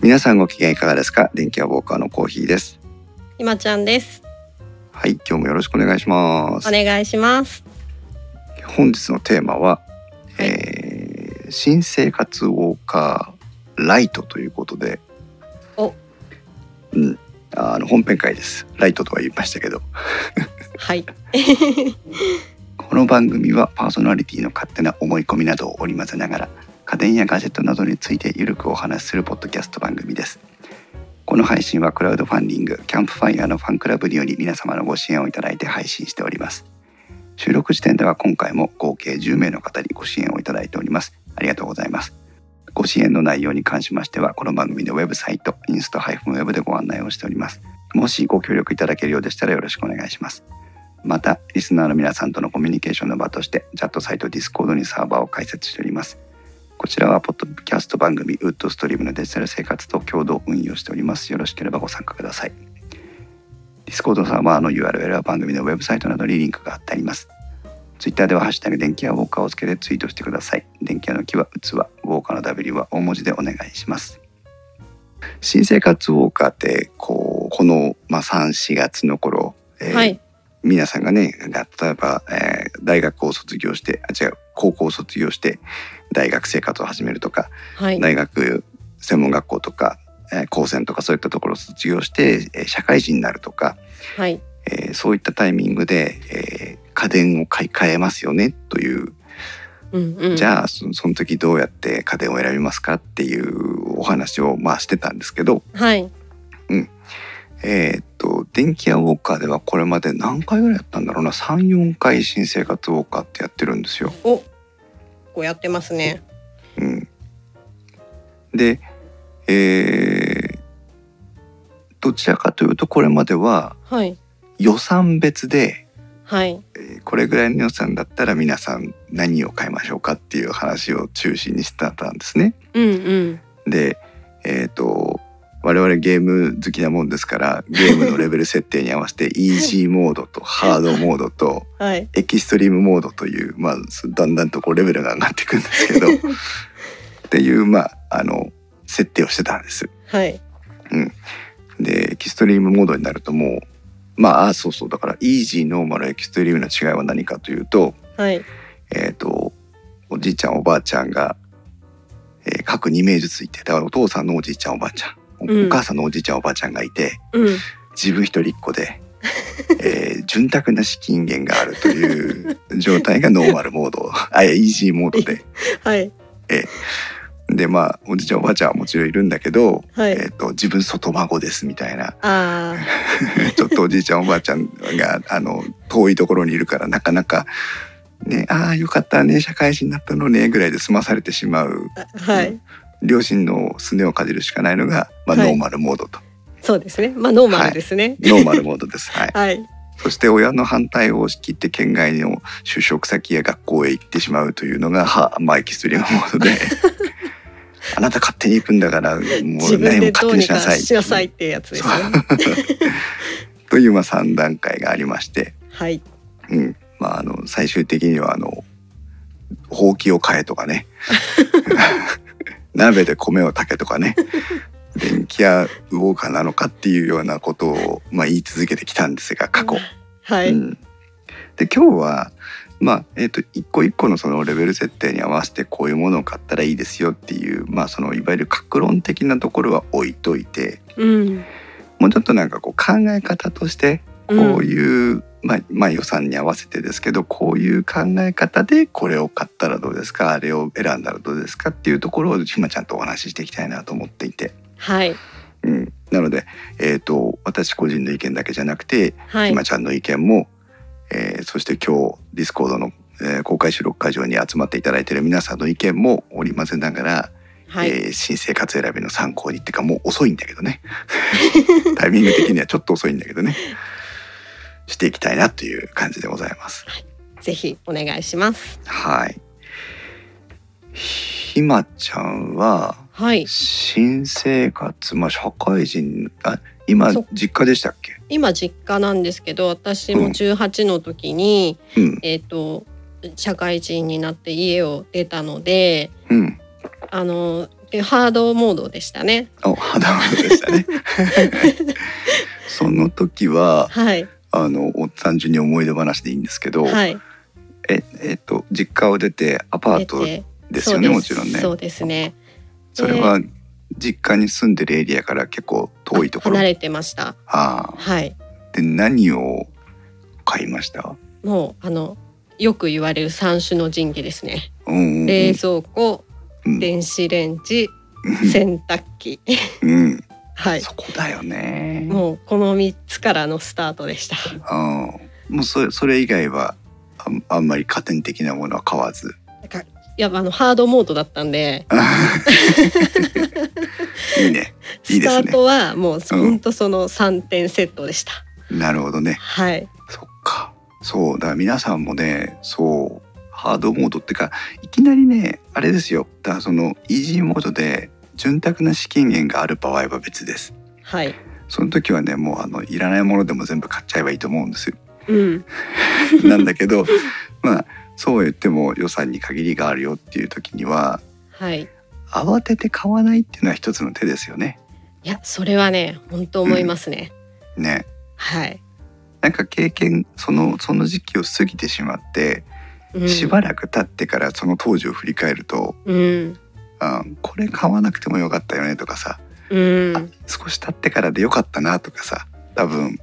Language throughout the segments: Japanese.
皆さんご機嫌いかがですか電気屋ウォーカーのコーヒーです今ちゃんです。はい今日もよろしくお願いしまおす願いします。本日のテーマは、はいえー新生活ウォーカーライトということでおうんあの本編会ですライトとは言いましたけどはい。この番組はパーソナリティの勝手な思い込みなどを織り交ぜながら家電やガジェットなどについてゆるくお話しするポッドキャスト番組ですこの配信はクラウドファンディングキャンプファイヤーのファンクラブにより皆様のご支援をいただいて配信しております収録時点では今回も合計10名の方にご支援をいただいておりますありがとうございますご支援の内容に関しましてはこの番組のウェブサイトインスト -web でご案内をしておりますもしご協力いただけるようでしたらよろしくお願いしますまたリスナーの皆さんとのコミュニケーションの場としてチャットサイト Discord にサーバーを開設しておりますこちらはポッドキャスト番組ウッドストリームのデジタル生活と共同運用しておりますよろしければご参加ください Discord サーバーの URL は番組のウェブサイトなどにリンクが貼ってあります Twitter では「ハッシュタグ電気屋ウォーカー」をつけてツイートしてください電気屋の木は器ウォーカーの W は大文字でお願いします新生活ウォーカーってこうこの、まあ、34月の頃、えーはい。皆さんがね例えば、えー大学を卒業してあ違う高校を卒業して大学生活を始めるとか、はい。大学専門学校とか、えー高専とかそういったところを卒業して、えー社会人になるとか、はい。えーそういったタイミングで、えー家電を買い替えますよねという、うんうん。じゃあそその時どうやって家電を選びますかっていうお話をまあしてたんですけど、はい。えーっと電気屋ウォーカーではこれまで何回ぐらいやったんだろうな34回新生活ウォーカーってやってるんですよ。お。こうやってますね。うん、で、えーどちらかというとこれまでははい。予算別ではい。えーこれぐらいの予算だったら皆さん何を買いましょうかっていう話を中心にしてたんですね。うんうん。でえっ、と我々ゲーム好きなもんですからゲームのレベル設定に合わせてイージーモードとハードモードとはい。エキストリームモードという、まあ、そだんだんとこうレベルが上がっていくんです けどっていう、まあ、あの設定をしてたんです。はい。でエキストリームモードになるともうまああそうそうだからイージーノーマルエキストリームの違いは何かというと,、はい。えー、とおじいちゃんおばあちゃんが、えー各2名ずついてだからお父さんのおじいちゃんおばあちゃんお,、うん母さんのおじいちゃんおばあちゃんがいてうん。自分一人っ子で。 えー潤沢な資金源があるという状態がノーマルモード あいやイージーモードで はい。でまあおじいちゃんおばあちゃんはもちろんいるんだけど、はえい。ー、と自分外孫ですみたいな あちょっとおじいちゃんおばあちゃんがあの遠いところにいるからなかなか、ね、ああよかったね社会人になったのねぐらいで済まされてしまうあ。はい。両親のすねをかじるしかないのが、まあ、ノはいーマルモードと、そうですね。まあ、ノーマルですね。ノーマルモードです。はい、はい。そして親の反対を押し切って県外の就職先や学校へ行ってしまうというのが、はまあ、エキストリームモード であなた勝手に行くんだからもう自分何もで勝ど手うににしなかさいしなさいってやつですね。という、まあ、3段階がありまして。はい。うん、まああの最終的にはあのほうきを買えとか ね鍋で米を炊けとかね電気屋ウォーカーなのかっていうようなことを、まあ、言い続けてきたんですが過去。はうい。ん、で今日はまあえー、と一個一個のそのレベル設定に合わせてこういうものを買ったらいいですよっていう、まあ、そのいわゆる格論的なところは置いといてうん。もうちょっとなんかこう考え方としてこういう、まあ、まあ予算に合わせてですけどこういう考え方でこれを買ったらどうですかあれを選んだらどうですかっていうところをひまちゃんとお話ししていきたいなと思っていて、はい。うん、なので、えー、と私個人の意見だけじゃなくて、はひいま。ちゃんの意見も、えーそして今日ディスコードの、えー公開収録会場に集まっていただいている皆さんの意見も織り交ぜながら、はい。えー新生活選びの参考にっていうかもう遅いんだけどね タイミング的にはちょっと遅いんだけどねしていきたいなという感じでございますぜひお願いします。はいひまちゃんははい。新生活まあ社会人あ今そ実家でしたっけ今実家なんですけど、私も18の時に、うんえー、と社会人になって家を出たのでうんあのえハードモードでしたね。お肌物でしたねその時ははいあのお単純に思い出話でいいんですけど、はい。ええっと実家を出てアパート出てですよねそうもちろんねそうですね。それは実家に住んでるエリアから結構遠いところ離れてました。ああはい。で何を買いましたもうあのよく言われる三種の神器ですね。うんうんうん冷蔵庫、うん電子レンジ、うん洗濯機。うんはい。そこだよねもうこの三つからのスタートでした。ああもうそれそれ以外はあんあんまり家電的なものは買わずいやあのハードモードだったんで、いいねいいスですねタートはもううん本当その三点セットでした。なるほどねはいそっかそうだから皆さんもねそうハードモードってかいきなりねあれですよだからそのイージーモードで潤沢な資金源がある場合は別ですはい。その時はねもうあのいらないものでも全部買っちゃえばいいと思うん ですようんなんだけどまあそう言っても予算に限りがあるよっていう時にははい。慌てて買わないっていうのは一つの手ですよねいやそれはね本当思いますね。ねはい。なんか経験そのその時期を過ぎてしまって、うん、しばらく経ってからその当時を振り返ると、うんあこれ買わなくてもよかったよねとかさ、うんあ少し経ってからでよかったなとかさ多分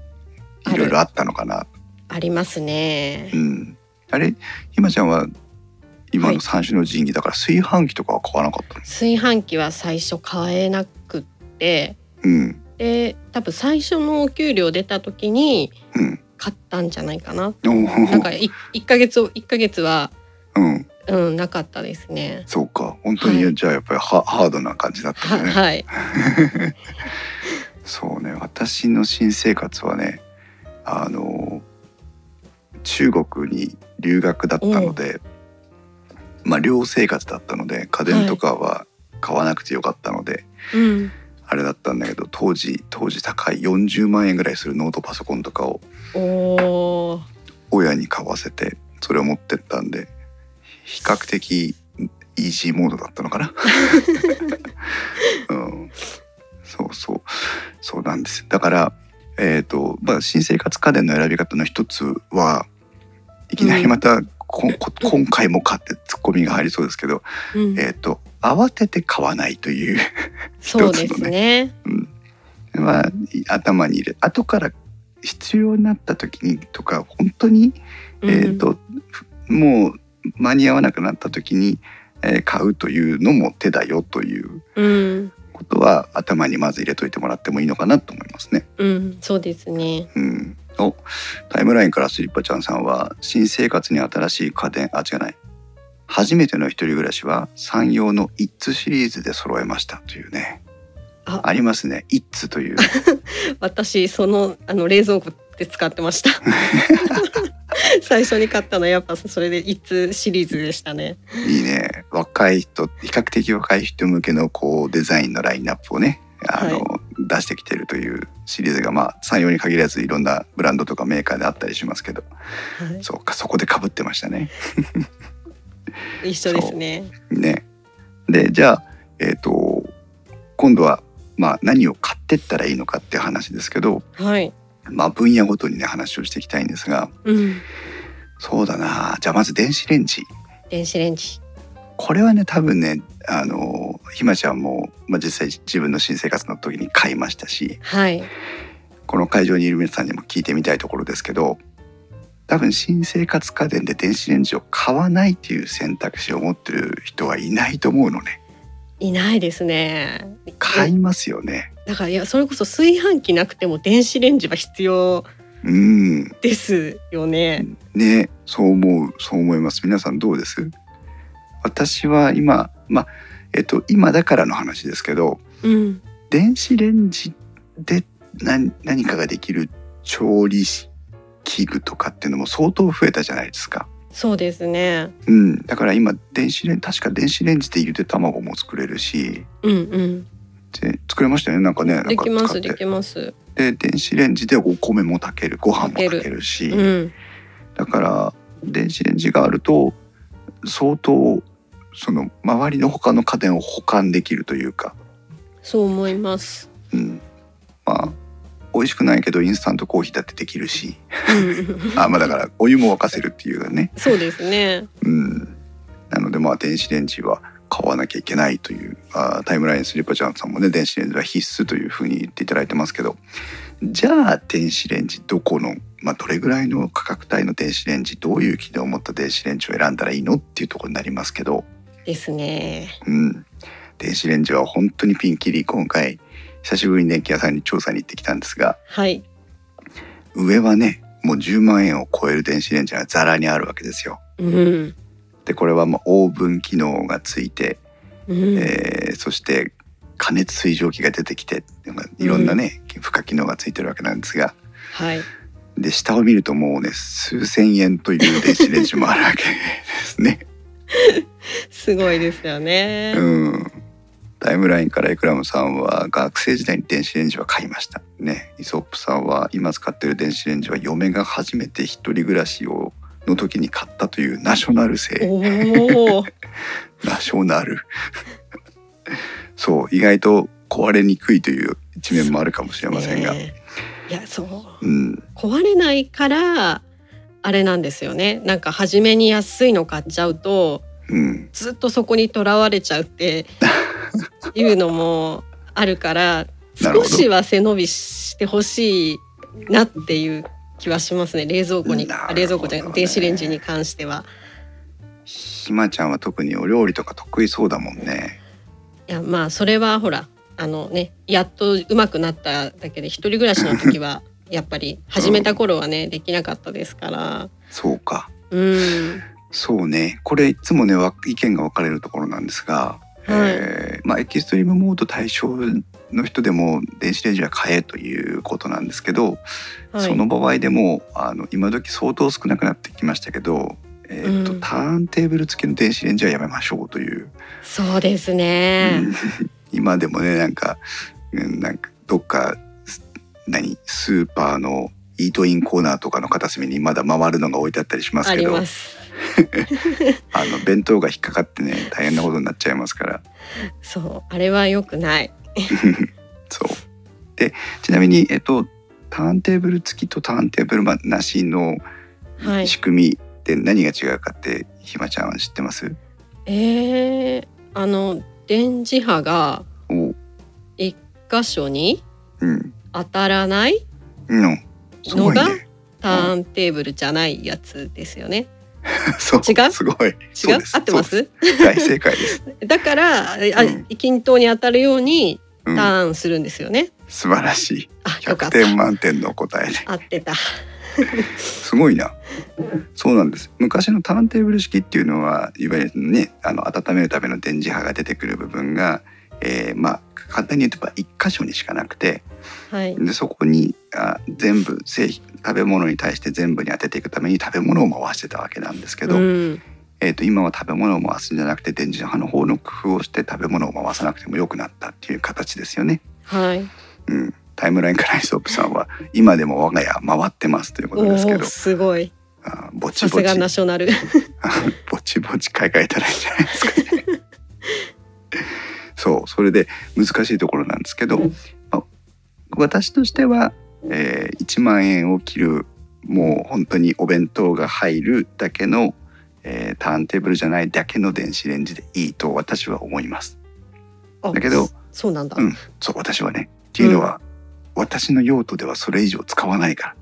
いろいろあったのかなありますねう。ん、あれひまちゃんは今はのい三種の神器だから炊飯器とかは買わなかったの、炊飯器は最初買えなくってうんで多分最初のお給料出た時にうん買ったんじゃないかな。おーなんかい一ヶ月を一ヶ月は うん、うんなかったですね。そうか本当に、はいじゃあやっぱりハハードな感じだったはんだね。はいそうね私の新生活はねあの中国に留学だったので、まあ寮生活だったので家電とかは買わなくてよかったので、うんあれだったんだけど当時当時高い40万円ぐらいするノートパソコンとかをおー親に買わせてそれを持ってったんで比較的イージーモードだったのか な。うん、そうそうそうなんですだから、えーとまあ、新生活家電の選び方の一つはいきなりまたこ、こ今回もかってツッコミが入りそうですけど、うんえー、と慌てて買わないという、 そうですね。うん、はい頭に入れ後から必要になった時にとか本当にうんえー、とふもう間に合わなくなった時に、えー買うというのも手だよといううんことは頭にまず入れといてもらってもいいのかなと思いますね。うんそうですね。うん、おタイムラインからスリッパちゃんさんは新生活に新しい家電あ違うない初めての一人暮らしは山陽の「イッツ」シリーズで揃えましたというねあありますね「イッツ」という私そのあの冷蔵庫で使ってました最初に買ったのはやっぱそれでいつシリーズでしたねいいね若い人比較的若い人向けのこうデザインのラインナップをねあの、出してきてるというシリーズがまあ山陽に限らずいろんなブランドとかメーカーであったりしますけどはそうかそこでかぶってましたね。い一緒ですねねでじゃあ、えー、と今度は、まあ、何を買ってったらいいのかっていう話ですけど、はいまあ、分野ごとにね話をしていきたいんですがうんそうだなじゃあまず電子レンジ。電子レンジこれはね多分ねあのひまちゃんも、まあ、実際自分の新生活の時に買いましたしはいこの会場にいる皆さんにも聞いてみたいところですけど多分新生活家電で電子レンジを買わないっていう選択肢を持ってる人はいないと思うのねいないですね買いますよねだからいやそれこそ炊飯器なくても電子レンジは必要うんですよねねそう思うそう思います皆さんどうです私は今まあえっと今だからの話ですけどうん電子レンジで何何かができる調理器具とかっていうのも相当増えたじゃないですか。そうですねうん、だから今電子レン確か電子レンジでゆで卵も作れるしうんうんで作れましたよねなんかねなんでかきま使すってできますで電子レンジでお米も炊けるご飯も炊けるしうんだから電子レンジがあると相当その周りの他の家電を保管できるというか、そう思います。うん、まあ美味しくないけどインスタントコーヒーだってできるしうんあまあだからお湯も沸かせるっていうね、そうですね。うん、なのでまあ電子レンジは買わなきゃいけないというあタイムラインスリッパちゃんさんもね電子レンジは必須というふうに言っていただいてますけどじゃあ電子レンジどこの、まあ、どれぐらいの価格帯の電子レンジどういう機能を持った電子レンジを選んだらいいのっていうところになりますけどですね。うん、電子レンジは本当にピンキリ今回久しぶりに電気屋さんに調査に行ってきたんですがはい。上はねもう10万円を超える電子レンジがザラにあるわけですよ。うん。でこれはまあオーブン機能がついて、うん。えーそして加熱水蒸気が出てきてまあいろんなね、付加機能がついてるわけなんですがはい。で下を見るともうね数千円という電子レンジもあるわけですね。すごいですよ ね。うん、タイムラインからエクラムさんは学生時代に電子レンジは買いましたねイソップさんは今使ってる電子レンジは嫁が初めて一人暮らしをの時に買ったというナショナル性おお。ナショナルそう意外と壊れにくいという一面もあるかもしれませんが、ねえいや、そう。うん壊れないから。あれなんですよね。なんか初めに安いの買っちゃうと。うんずっとそこにとらわれちゃうっていうのもあるからなるほ少どしは背伸びしてほしいなっていう気はしますね冷蔵庫に、なるほどね冷蔵庫じゃない電子レンジに関しては。ひまちゃんは特にお料理とか得意そうだもんねいやまあそれはほらあのねやっとうまくなっただけで一人暮らしの 時はやっぱり始めた頃はね、できなかったですから。そうかうん、そうねこれいつもねわ意見が分かれるところなんですが、はいえーまあ、エキストリームモード対象の人でも電子レンジは買えということなんですけど、はい、その場合でもあの今時相当少なくなってきましたけど、えーとうんターンテーブル付きの電子レンジはやめましょうという、そうですうねん。今でもねなんか,、うん、なんかどっかす何スーパーのイートインコーナーとかの片隅にまだ回るのが置いてあったりしますあけりどます。あの弁当が引っかかってね大変なことになっちゃいますから そうあれは良くない。そうでちなみに、えっと、ターンテーブル付きとターンテーブルなしのはい。仕組みで何が違うかって、ひまちゃんは知ってますえー、あの電磁波がお一箇所にうん当たらないうんすごいのねターンテーブルじゃないやつですよね。 そう違うすごい違う違う合ってます？大正解です、だからあ、うん均等に当たるようにうタん、ーンするんですよね。素晴らしいあよか100った。点満点の答えで合ってた。すごいなそうなんです昔のターンテーブル式っていうのはいわゆるねあの温めるための電磁波が出てくる部分が、えーまあ簡単に言うと1箇所にしかなくて、はい。でそこにあ全部製品食べ物に対して全部に当てていくために食べ物を回してたわけなんですけど、うん、えー、と今は食べ物を回すんじゃなくて電磁波の方の工夫をして食べ物を回さなくても良くなったっていう形ですよね。はい。うん、タイムラインからイソップさんは「今でも我が家回ってます」というこおおとですけどーすごい。あーぼちさぼすちがナショナル。 ぼちぼち買い替えたらいいんじゃないですかね。 そうそれで難しいところなんですけど、まあ私としては、えー1万円を切るもう本当にお弁当が入るだけの、えーターンテーブルじゃないだけの電子レンジでいいと私は思います。あだけどそそうなんだ。うんそう私はねっていうのは、私の用途ではそれ以上使わないから。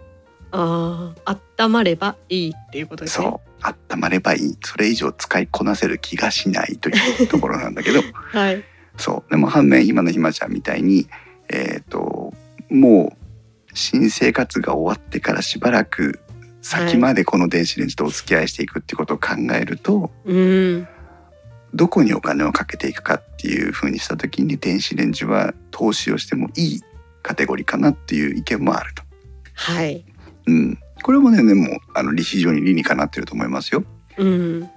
ああ、温まればいいっていうことですね。そう温まればいいそれ以上使いこなせる気がしないというところなんだけど はい。そうでも反面今のひまちゃんみたいにえっ、ともう新生活が終わってからしばらく先までこの電子レンジとお付き合いしていくってことを考えると、うん。どこにお金をかけていくかっていうふうにした時に電子レンジは投資をしてもいいカテゴリーかなっていう意見もあると。はい。うん、これもねでもあの非常に理にかなってると思いますよ。うん。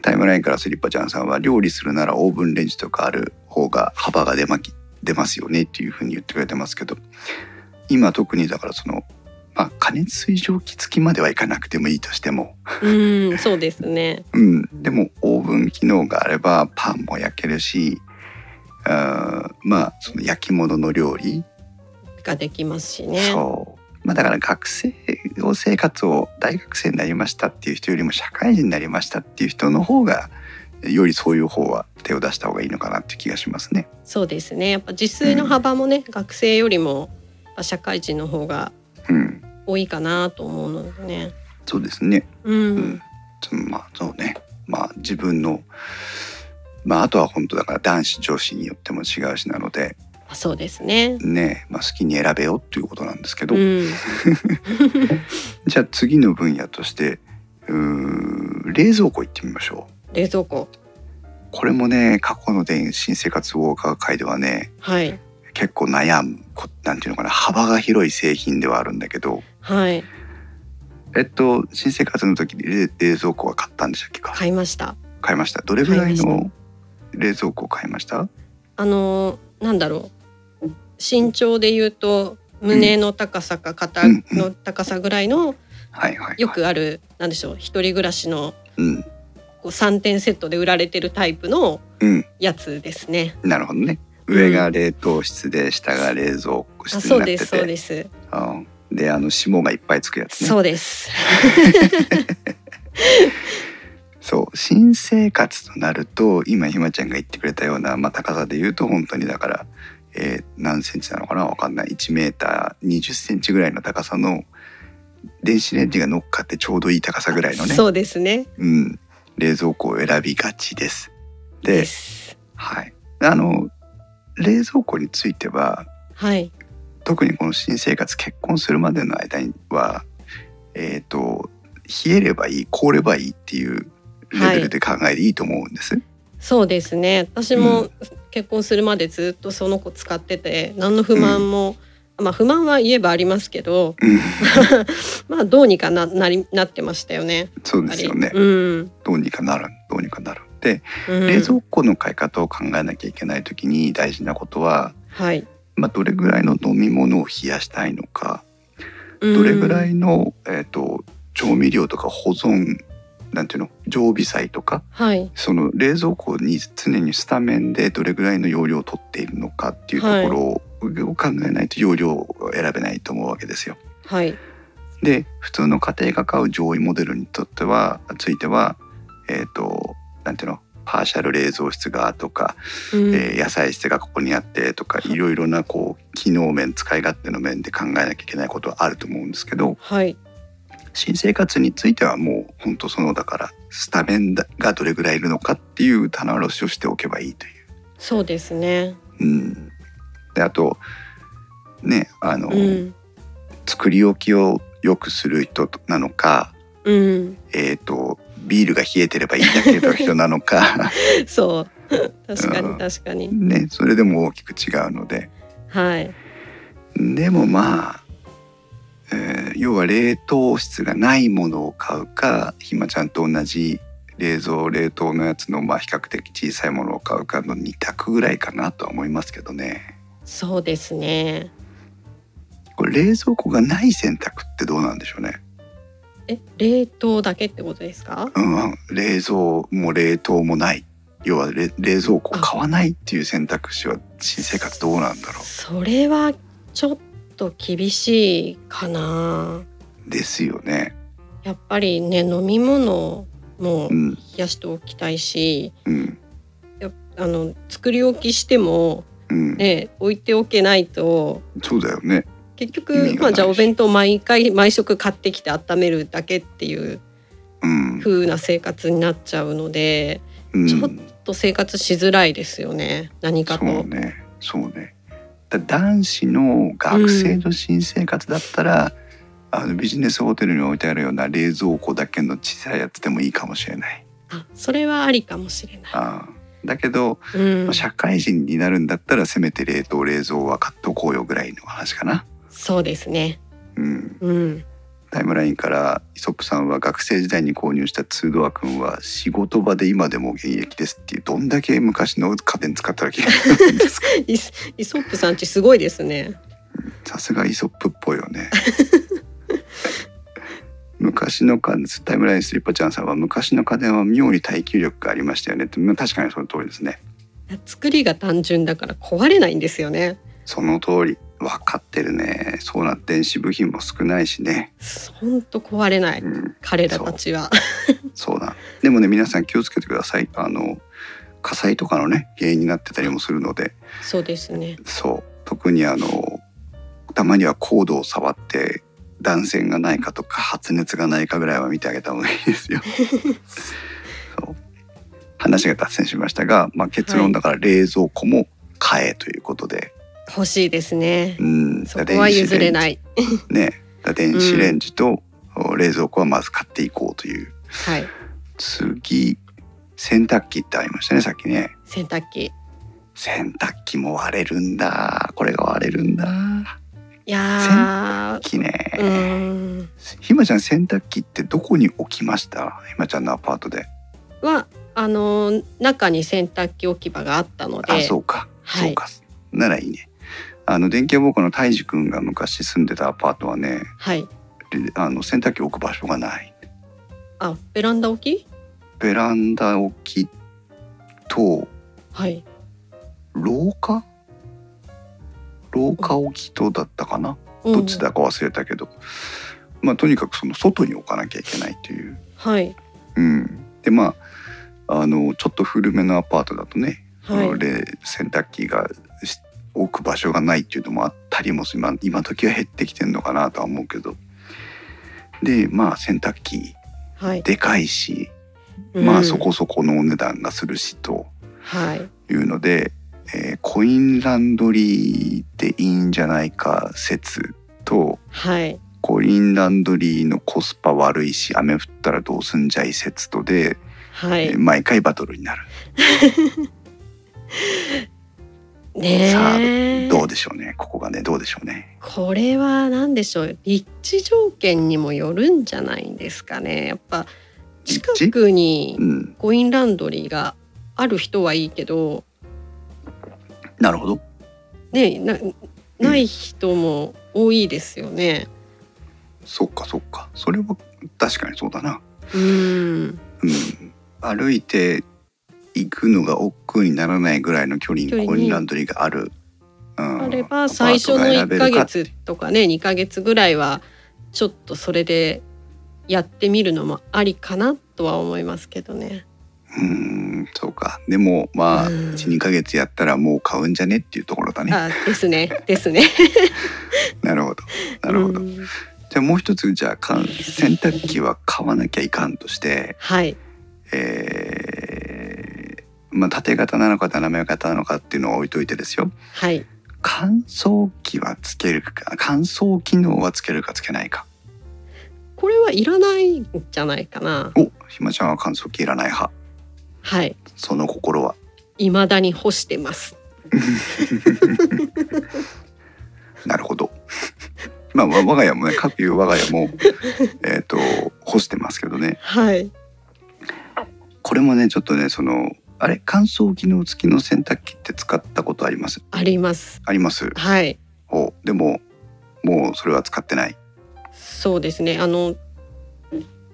タイムラインからスリッパちゃんさんは料理するならオーブンレンジとかある方が幅が出まき出ますよねっていうふうに言ってくれてますけど今特にだからそのまあ、加熱水蒸気付きまではいかなくてもいいとしても、うん、そうですね。うん、でもオーブン機能があればパンも焼けるしあーまあその焼き物の料理、ができますしね。そう、まあ、だから学生を生活を大学生になりましたっていう人よりも社会人になりましたっていう人の方がよりそういう方は手を出した方がいいのかなっていう気がしますね。そうですね。やっぱ自炊の幅もね、学生よりもやっぱ社会人の方がうん、多いかなと思うのでね。そうですね。うん、うんそのまあそうねまあ自分のまああとは本当だから男子女子によっても違うしなのであそうですね。ね、まあ、好きに選べよっていうことなんですけど、うん、じゃあ次の分野としてうーん冷蔵庫行ってみましょう。冷蔵庫。これもね過去の電新生活ウォーカー会ではねはい。結構悩むこなんていうのかな幅が広い製品ではあるんだけどはい。えっと新生活の時に冷冷蔵庫は買ったんでしたっけか、買いました。買いましたどれぐらい買いの冷蔵庫を買いましたあのーなんだろう。身長で言うと胸の高さか肩の高さぐらいのはいはい、はい、よくあるなんでしょう一人暮らしのうん、こう3点セットで売られてるタイプのうん、やつですね。なるほどね。うん上が冷凍室で、下が冷蔵庫あ室そにうなってですそうて、ですうんで、あの霜がいっぱいつくやつね。そうです。そう、新生活となると、今ひまちゃんが言ってくれたような、まあ高さで言うと本当にだから、えー何センチなのかなわかんない。1メーター20センチぐらいの高さの電子レンジが乗っかってちょうどいい高さぐらいのね、そうですね。うん、冷蔵庫を選びがちです。で、す。はい、あの冷蔵庫についてははい。特にこの新生活結婚するまでの間にはえっ、と冷えればいい凍ればいいっていうレベルで考えていいと思うんです。そうですね。私うも結婚するまでずっとその子使ってて、何の不満も、まあ不満は言えばありますけど、うんまあどうにかななりなってましたよね。そうでやっぱすりよね。うん。どうにかなるどうにかなる。でうん冷蔵庫の買い方を考えなきゃいけない時に大事なことは、はい。まあ、どれぐらいの飲み物を冷やしたいのかどどれぐらいいの、えー、と調味料とか保存なんていうの常備菜とかはい。その冷蔵庫に常にスタメンでどれぐらいの容量を取っているのかっていうところを考えないと容量を選べないと思うわけですよ。はい。で普通の家庭が買う上位モデルにとってはついてはえっ、となんていうのパーシャル冷蔵室がとか、うんえー野菜室がここにあってとかはいいろいろなこう機能面使い勝手の面で考えなきゃいけないことはあると思うんですけどはい。新生活についてはもう本当そのだからスタメンだがどれぐらいいるのかっていう棚卸しをしておけばいいという。そうですね。うん、であとねあの、うん。作り置きをよくする人なのか、うん。えー、とビールが冷えてればいいだけの人なのか、 そう。確か うにん確かに。ね、それでも大きく違うのではい。でもまあ、えー要は冷凍室がないものを買うかひまちゃんと同じ冷蔵冷凍のやつのまあ比較的小さいものを買うかの2択ぐらいかなとは思いますけどね。そうですね。これ冷蔵庫がない選択ってどうなんでしょうね。え、冷凍だけってことですか？うん、冷蔵も冷凍もない要はれ冷蔵庫を買わないっていう選択肢は新生活どうなんだろそれはちょっと厳しいかな。うですよね。やっぱりね飲み物もうん冷やしておきたいし、うんやっあの作り置きしてもうん、ね置いておけないとそうだよね。結意味が局ないまあじゃあお弁当毎回毎食買ってきて温めるだけっていううん、風な生活になっちゃうので、うんちょっと生活しづらいですよね。何かそうと。ねそうね。だ男子の学生の新生活だったら、あのビジネスホテルに置いてあるような冷蔵庫だけの小さいやつでもいいかもしれない。あ、それはありかもしれない。あーだけど、うんまあ、社会人になるんだったらせめて冷凍冷蔵は買っとこうよぐらいの話かな。そうですね。うんうん。タイムラインからイソップさんは学生時代に購入したツードア君は仕事場で今でも現役ですっていうどんだけ昔の家電使ったら気がするんですか イスイソップさんちすごいですね。 さすがイソップっぽいよね昔の家タイムラインスリッパちゃんさんは昔の家電は妙に耐久力がありましたよねってまあ確かにその通りですね作りが単純だから壊れないんですよねその通り分かってるねそうな電子部品も少ないしね、ほんと壊れない、うん、彼らたちはそうだでもね皆さん気をつけてくださいあの火災とかのね原因になってたりもするのでそうですねそう特にあのたまにはコードを触って断線がないかとか発熱がないかぐらいは見てあげた方がいいです よ。そう話が脱線しましたが、まあ、結論だから冷蔵庫も買えということで、欲しいですねうんそこは譲れいないねだ電子レンジと冷蔵庫はまず買っていこうという、はい次洗濯機ってありましたねさっきね洗濯機洗濯機も割れるんだこれが割れるんだいやきね、ーうーんひまちゃん洗濯機ってどこに置きましたひまちゃんのアパートではあのー中に洗濯機置き場があったのであそうか、はいそうかならいいねあの電気屋ウォーカーのたいじくんが昔住んでたアパートはねはいであの洗濯機置く場所がないあベランダ置きベランダ置きとはい廊下廊下置きとだったかな、うんどっちだか忘れたけどまあとにかくその外に置かなきゃいけないというはいうんでまああのちょっと古めのアパートだとねそはのい冷洗濯機がし置く場所がないっていうのもあったりもする今今時は減ってきてんのかなとは思うけどでまあ洗濯機はいでかいし、まうあんそこそこのお値段がするしとはいいうので、えーコインランドリーでいいんじゃないか説とはいコインランドリーのコスパ悪いし雨降ったらどうすんじゃい説とで、はえーい毎回バトルになる、ねさえどうでしょうねここがねどうでしょうね。これは何でしょう立地条件にもよるんじゃないんですかねやっぱ立近地くにうん、コインランドリーがある人はいいけどなるほどねなない人も多いですよね。そっかそっかそれは確かにそうだな、うんうん、歩いて行くのが億劫にならないぐらいの距離距離ににコインランドリーがある、うん、あれば最初アのパート1が選ヶべる月とかね2ヶ月ぐらいはちょっとそれでやってみるのもありかなとは思いますけどね。うんそうかでもまあうん12ヶ月やったらもう買うんじゃねっていうところだねあですねですね。なるほど なるほど、うじんゃあもう一つじゃあかん洗濯機は買わなきゃいかんとしてはいえーまあ縦型なのか斜め型なのかっていうのは置いといてですよはい乾燥機はつけるか乾燥機能はつけるかつけないかこれはいらないんじゃないかな。おひまちゃんは乾燥機いらない派はいその心は未だに干してます。なるほど まあわ我が家もね各言う我が家も えっと干してますけどねはいこれもねちょっとねそのあれ乾燥機能付きの洗濯機って使ったことありますあります。ありますはいおでももうそれは使ってないそうですねあの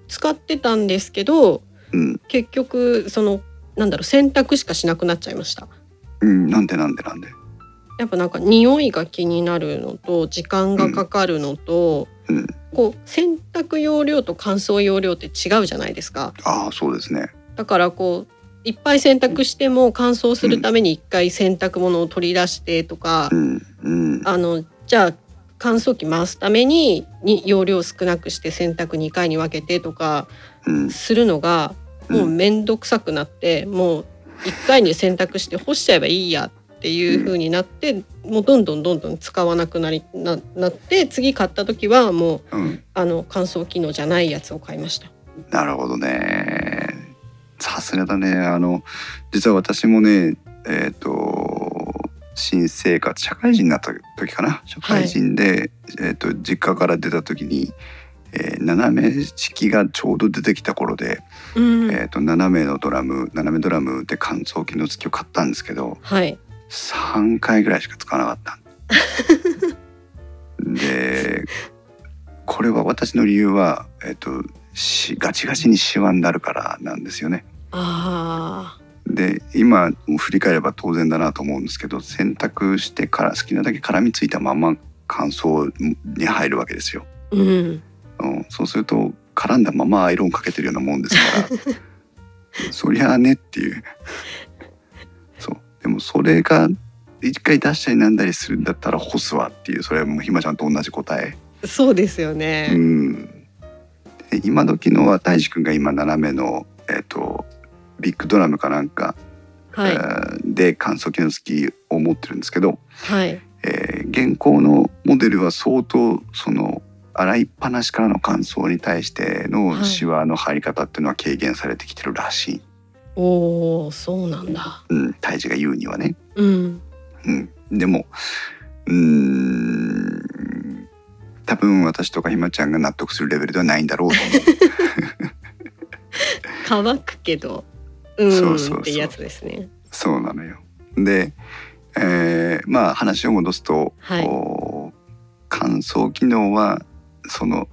使ってたんですけどうん、結局そのなんだろう洗濯しかしなくなっちゃいました。うん、なんでなんでなんでやっぱなんか匂いが気になるのと時間がかかるのと、うんうんこう洗濯用量と乾燥用量って違うじゃないですか。ああそうですねだからこういっぱい洗濯しても乾燥するために一回洗濯物を取り出してとかう、んうんあのじゃあ乾燥機回すためにに容量少なくして洗濯2回に分けてとかうんするのがもう面倒くさくなって、もう1回に洗濯して干しちゃえばいいやっていう風になって、もうどんどんどんどん使わなくなりななって次買った時はもううんあの乾燥機能じゃないやつを買いました。なるほどね。さすがだね。あの実は私もね、えっ、と新生活社会人になった時かな。社会人で、えっ、と実家から出た時に。えー斜め式がちょうど出てきた頃で、うんえー、と斜めのドラム斜めドラムで乾燥機の付きを買ったんですけどはい3回ぐらいしか使わなかったでこれは私の理由は、えっと、しガチガチにシワになるからなんですよね。ああで今振り返れば当然だなと思うんですけど洗濯してから好きなだけ絡みついたまま乾燥に入るわけですよ。うんうん、そうすると絡んだままアイロンかけてるようなもんですから そりゃあねっていうそうでもそれが一回出したりなんだりするんだったら干すわっていうそれはもうひまちゃんと同じ答えそうですようね。んで今時のはたいじくんが今斜めのえっ、とビッグドラムかなんか、はいえーで乾燥機のスキーを持ってるんですけど、はいえー現行のモデルは相当その洗いっぱなしからの乾燥に対してはのいシワの入り方っていうのは軽減されてきてるらしい、おおそうなんだ。うん、胎児が言うにはね。うんうん、でもうーん多分私とかひまちゃんが納得するレベルではないんだろうと思う乾くけどうんそうそうそうってやつですね。 そうなのよ。で、えーまあ話を戻すと、はいこう乾燥機能はその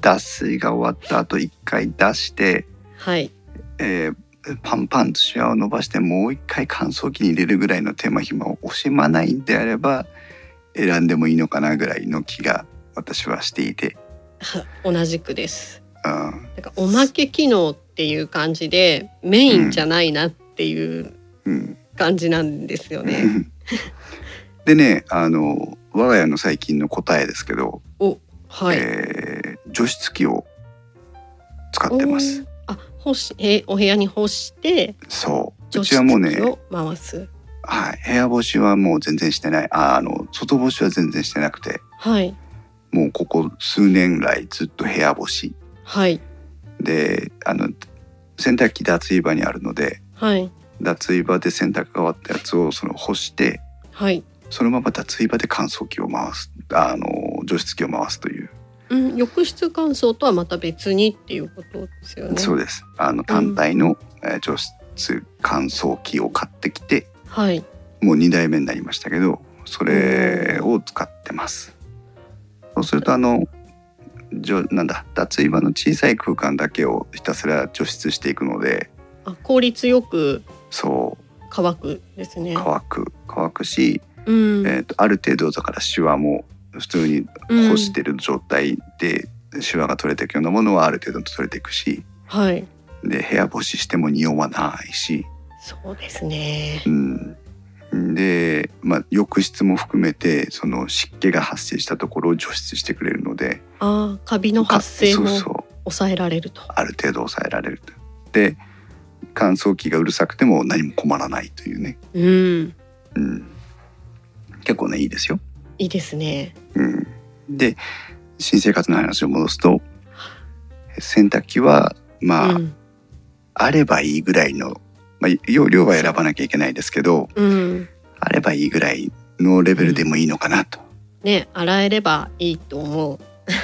脱水が終わった後一回出してはいえーパンパンとシワを伸ばしてもう一回乾燥機に入れるぐらいの手間暇を惜しまないんであれば選んでもいいのかなぐらいの気が私はしていて、は同じくです。うんなんかおまけ機能っていう感じでメインじゃないなっていううん感じなんですよね。 でねあの我が家の最近の答えですけど、はい。えー除湿機を使ってます。おー。あ、干し、えーお部屋に干して、そう除う湿ち機はもうね、を回す。はい、部屋干しはもう全然してないああの外干しは全然してなくてはい。もうここ数年来ずっと部屋干しはい。であの洗濯機脱衣場にあるのではい。脱衣場で洗濯が終わったやつをその干してはい。そのまま脱衣場で乾燥機を回すあの除湿機を回すという、うん、浴室乾燥とはまた別にっていうことですよね。そうですあの単体の、えー除湿乾燥機を買ってきてはい。もう2台目になりましたけどそれを使ってます。そうするとあの除なんだ脱衣場の小さい空間だけをひたすら除湿していくのであ、効率よくそう乾くですね。乾く乾くし、うん。えー、とある程度だからシワも普通に干してる状態で、シワが取れていくようなものはある程度取れていくしうん。はい。で部屋干ししても匂わないし、そうですね。うん、で、まあ、浴室も含めてその湿気が発生したところを除湿してくれるのであー、カビの発生かもそうそう抑えられると。ある程度抑えられるとで乾燥機がうるさくても何も困らないというね、うん。うん、結構ねいいですよ。いいですね。うん、で新生活の話を戻すと洗濯機はまあ、うん。あればいいぐらいの、まあ、容量は選ばなきゃいけないですけどうん。あればいいぐらいのレベルでもいいのかなと。ね、洗えればいいと思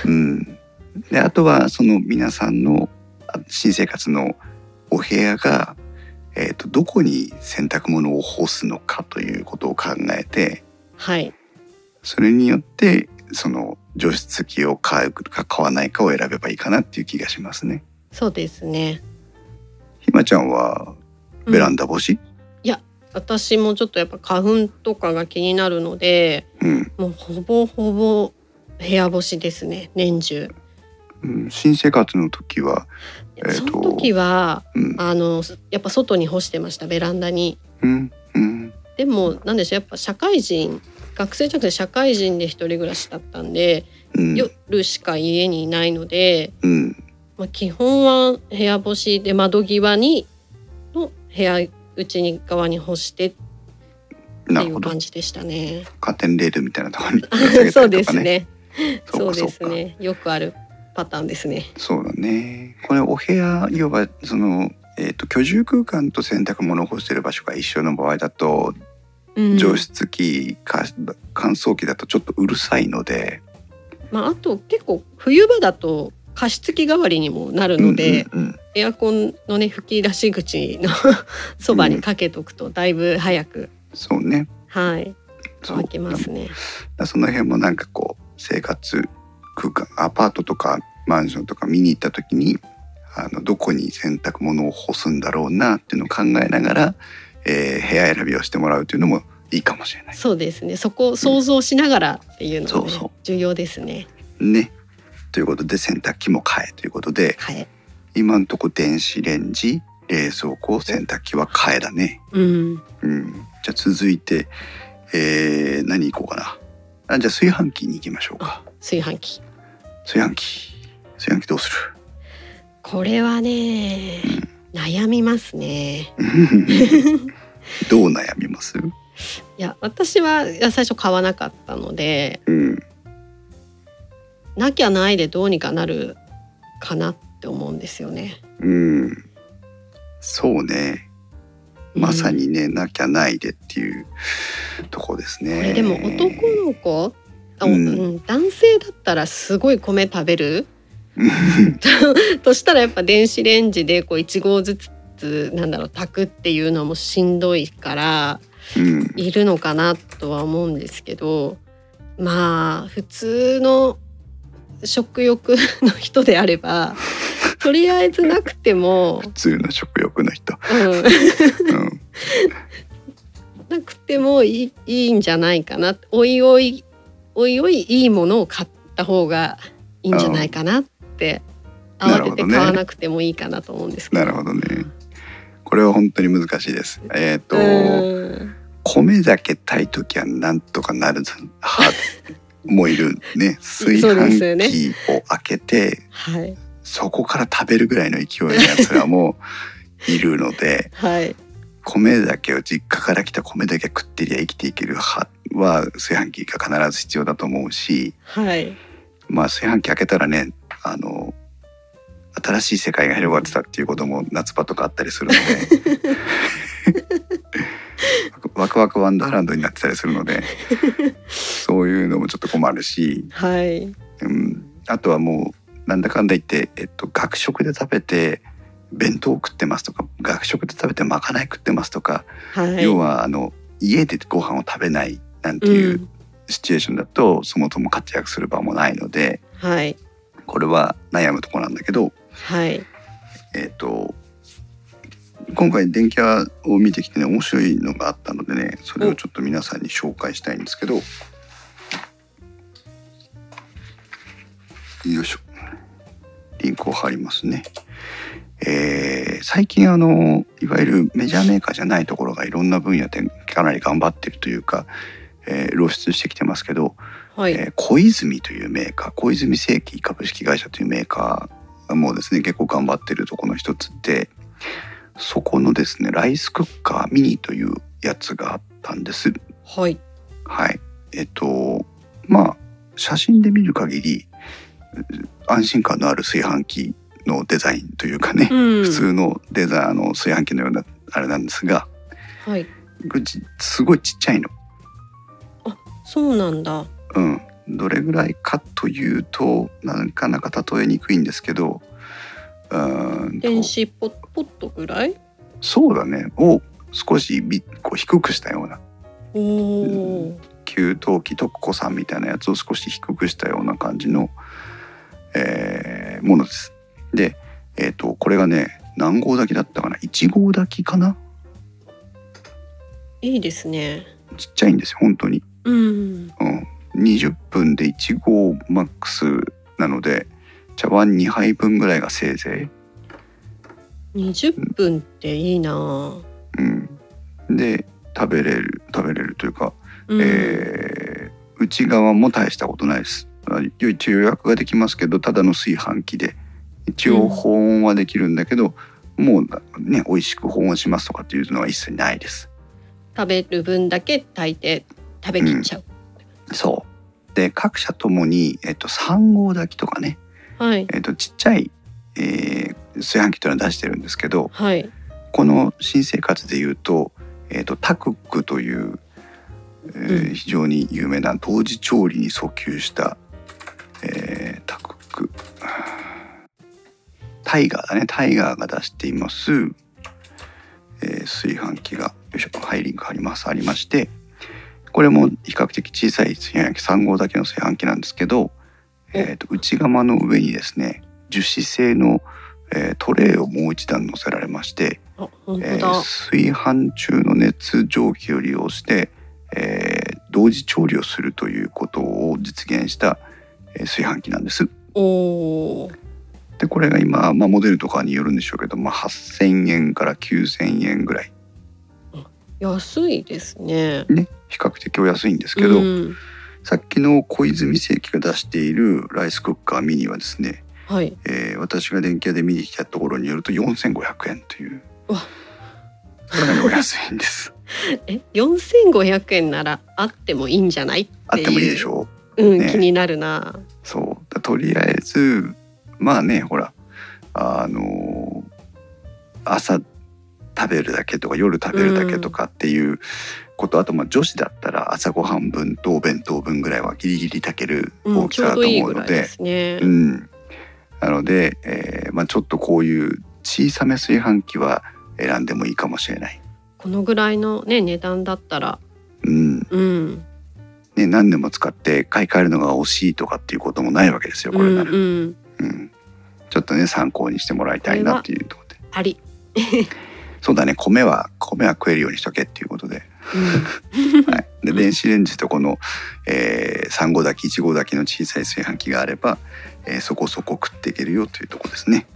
う。うん、であとはその皆さんのあ新生活のお部屋が、えー、とどこに洗濯物を干すのかということを考えてはい。それによってその除湿機を買うか買わないかを選べばいいかなっていう気がしますね。そうですね。ひまちゃんはうんベランダ干し、私もちょっとやっぱ花粉とかが気になるのでうんもうほぼほぼ部屋干しですね年中、うん新生活の時は、えーとその時はうんあのやっぱ外に干してましたベランダにうんうんでもなんでしょうやっぱ社会人学生じゃなくて社会人で一人暮らしだったんで、うん夜しか家にいないので、うんまあ、基本は部屋干しで窓際にの部屋内に側に干してってないるほうど感じでしたね。カーテンレールみたいなところにそうですね。そうそかそううでかすね。よくあるパターンですね。そうだねこれお部屋要はその、えー、と居住空間と洗濯物を干してる場所が一緒の場合だとうん除湿機か乾燥機だとちょっとうるさいので、まああと結構冬場だと加湿器代わりにもなるので、うんうんうんエアコンのね吹き出し口のそばにかけとくとだいぶ早く、そうねはいそう乾きますね。だその辺もなんかこう生活空間アパートとかマンションとか見に行った時にあのどこに洗濯物を干すんだろうなっていうのを考えながら、えー部屋選びをしてもらうというのもいいかもしれない。そうですね。そこを想像しながらっていうのがね、そうそう重要ですね。ね。ということで洗濯機も買えということではい。今んとこ電子レンジ冷蔵庫洗濯機は買えだね。うん。うん、じゃあ続いて、えー何行こうかなあじゃあ炊飯器に行きましょうか炊飯器。炊飯器炊飯器どうするこれはね、悩みますね。 どう悩みます、いや、私はいや最初買わなかったので、うん、なきゃないでどうにかなるかなって思うんですよね。うん、そうねまさうん。にね、なきゃないでっていうとこですねこれでも男の子、あうんうん、男性だったらすごい米食 べるうんとしたらやっぱ電子レンジでこう1合ずつなんだろう炊くっていうのもしんどいからうんいるのかなとは思うんですけどまあ普通の食欲の人であ ればとりあえずなくても、普通の食欲の人、うん、うん、なくてもいいいいんじゃないかなおいおいおいおいいいものを買った方がいいんじゃないかなってあー慌てて買わなくてもいいかなと思うんですけど。なるほどねこれは本当に難しいですえっ、と、うん米だけ炊いときはなんとかなるぞは もういるね炊そうです飯よね器を開けてはいそこから食べるぐらいの勢いのやつらもいるのではい米だけを実家から来た米だけ食ってりゃ生きていけるはは炊飯器が必ず必要だと思うしはいまあ炊飯器開けたらねあの新しい世界が広がってたっていうことも夏場とかあったりするのでワクワクワンダーランドになってたりするのでそういうのもちょっと困るし、はいうん、あとはもうなんだかんだ言って、えっと、学食で食べて弁当を食ってますとか学食で食べてまかない食ってますとか、はい。要はあの家でご飯を食べないなんていううんシチュエーションだと、そもそも活躍する場もないので。はいこれは悩むところなんだけど、はいえっと今回電気屋を見てきてね面白いのがあったのでねそれをちょっと皆さんに紹介したいんですけどよいしょリンクを貼りますね。えー最近あのいわゆるメジャーメーカーじゃないところがいろんな分野でかなり頑張ってるというか、えー露出してきてますけど、はい、えー小泉というメーカー小泉正規株式会社というメーカーもですね結構頑張ってるとこの一つでそこのですねライスクッカーミニというやつがあったんですはいはいえっとまあ写真で見る限り安心感のある炊飯器のデザインというかね、うん普通のデザあの炊飯器のようなあれなんですがはいぐちすごいちっちゃいのそうなんだうん、どれぐらいかというとなかなか例えにくいんですけどうーんと電子ポッポットぐらいそうだねを少しびこう低くしたようなおお給湯器特子さんみたいなやつを少し低くしたような感じの、えーものです。で、えー、とこれがね何号炊きだったかな1号炊きかないいですねちっちゃいんですよ本当に。うんうん、20分で1合マックスなので茶碗2杯分ぐらいがせいぜい。 20分っていいな、うん、で食べれる食べれるというか、うんえー内側も大したことないですあ一応予約ができますけどただの炊飯器で一応保温はできるんだけど、もうね美味しく保温しますとかっていうのは一切ないです食べる分だけ炊いて食べきっちゃう、そうで各社ともに、えっと、3合炊きとかね、はいえっと、ちっちゃい、えー炊飯器というのは出してるんですけどはいこの新生活でいうと,、えー、とタクックという、えーうん非常に有名な同時調理に訴求した、えータクックタイガーだねタイガーが出しています、えー炊飯器がよいしょハイリンクありますありましてこれも比較的小さい炊飯器3号だけの炊飯器なんですけど、えー、と内釜の上にですね樹脂製の、えートレイをもう一段乗せられまして、あ本当えーだ。炊飯中の熱蒸気を利用して、えー同時調理をするということを実現した、えー炊飯器なんです。おおー。でこれが今、まあ、モデルとかによるんでしょうけど、まあ、8,000円から9,000円ぐらい安いですね。ね比較的お安いんですけど、うんさっきの小泉正規が出しているライスクッカーミニはですね、はい。えー私が電気屋で見に来たところによると4,500円といううわかなりお安いんです え、四千五百円ならあってもいいんじゃないっていう。あってもいいでしょううん、ね気になるな。そうだとりあえずまあねほらあのー朝食べるだけとか夜食べるだけとかっていうこと、あとまあ女子だったら朝ごはん分とお弁当分ぐらいはギリギリ炊けるう大ん、きちさょだうとどいい思ぐうらのいで、ですねう。ん、なので、えーまあ、ちょっとこういう小さめ炊飯器は選んでもいいかもしれない。このぐらいのね値段だったら、うんうん、ね、何年も使って買い替えるのが惜しいとかっていうこともないわけですよこれなら、うんうん、うんちょっとね参考にしてもらいたいなっていうところであり。そうだね米は米は食えるようにしとけっていうことで,、うはい、で電子レンジとこの、えー、3合炊き1合炊きの小さい炊飯器があれば、えーそこそこ食っていけるよというところですね。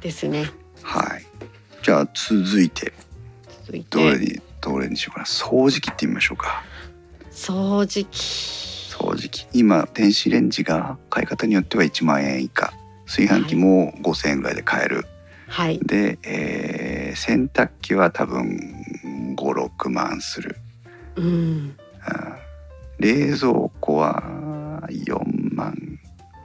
ん、ですね。はいじゃあ続いて続いどれてに、どれにしようかな掃除機ってみましょうか掃除機。掃除機今電子レンジが買い方によっては1万円以下炊飯器も5,000円ぐらいで買える、はい。で、えー洗濯機は多分56万する、うん。うん冷蔵庫は4万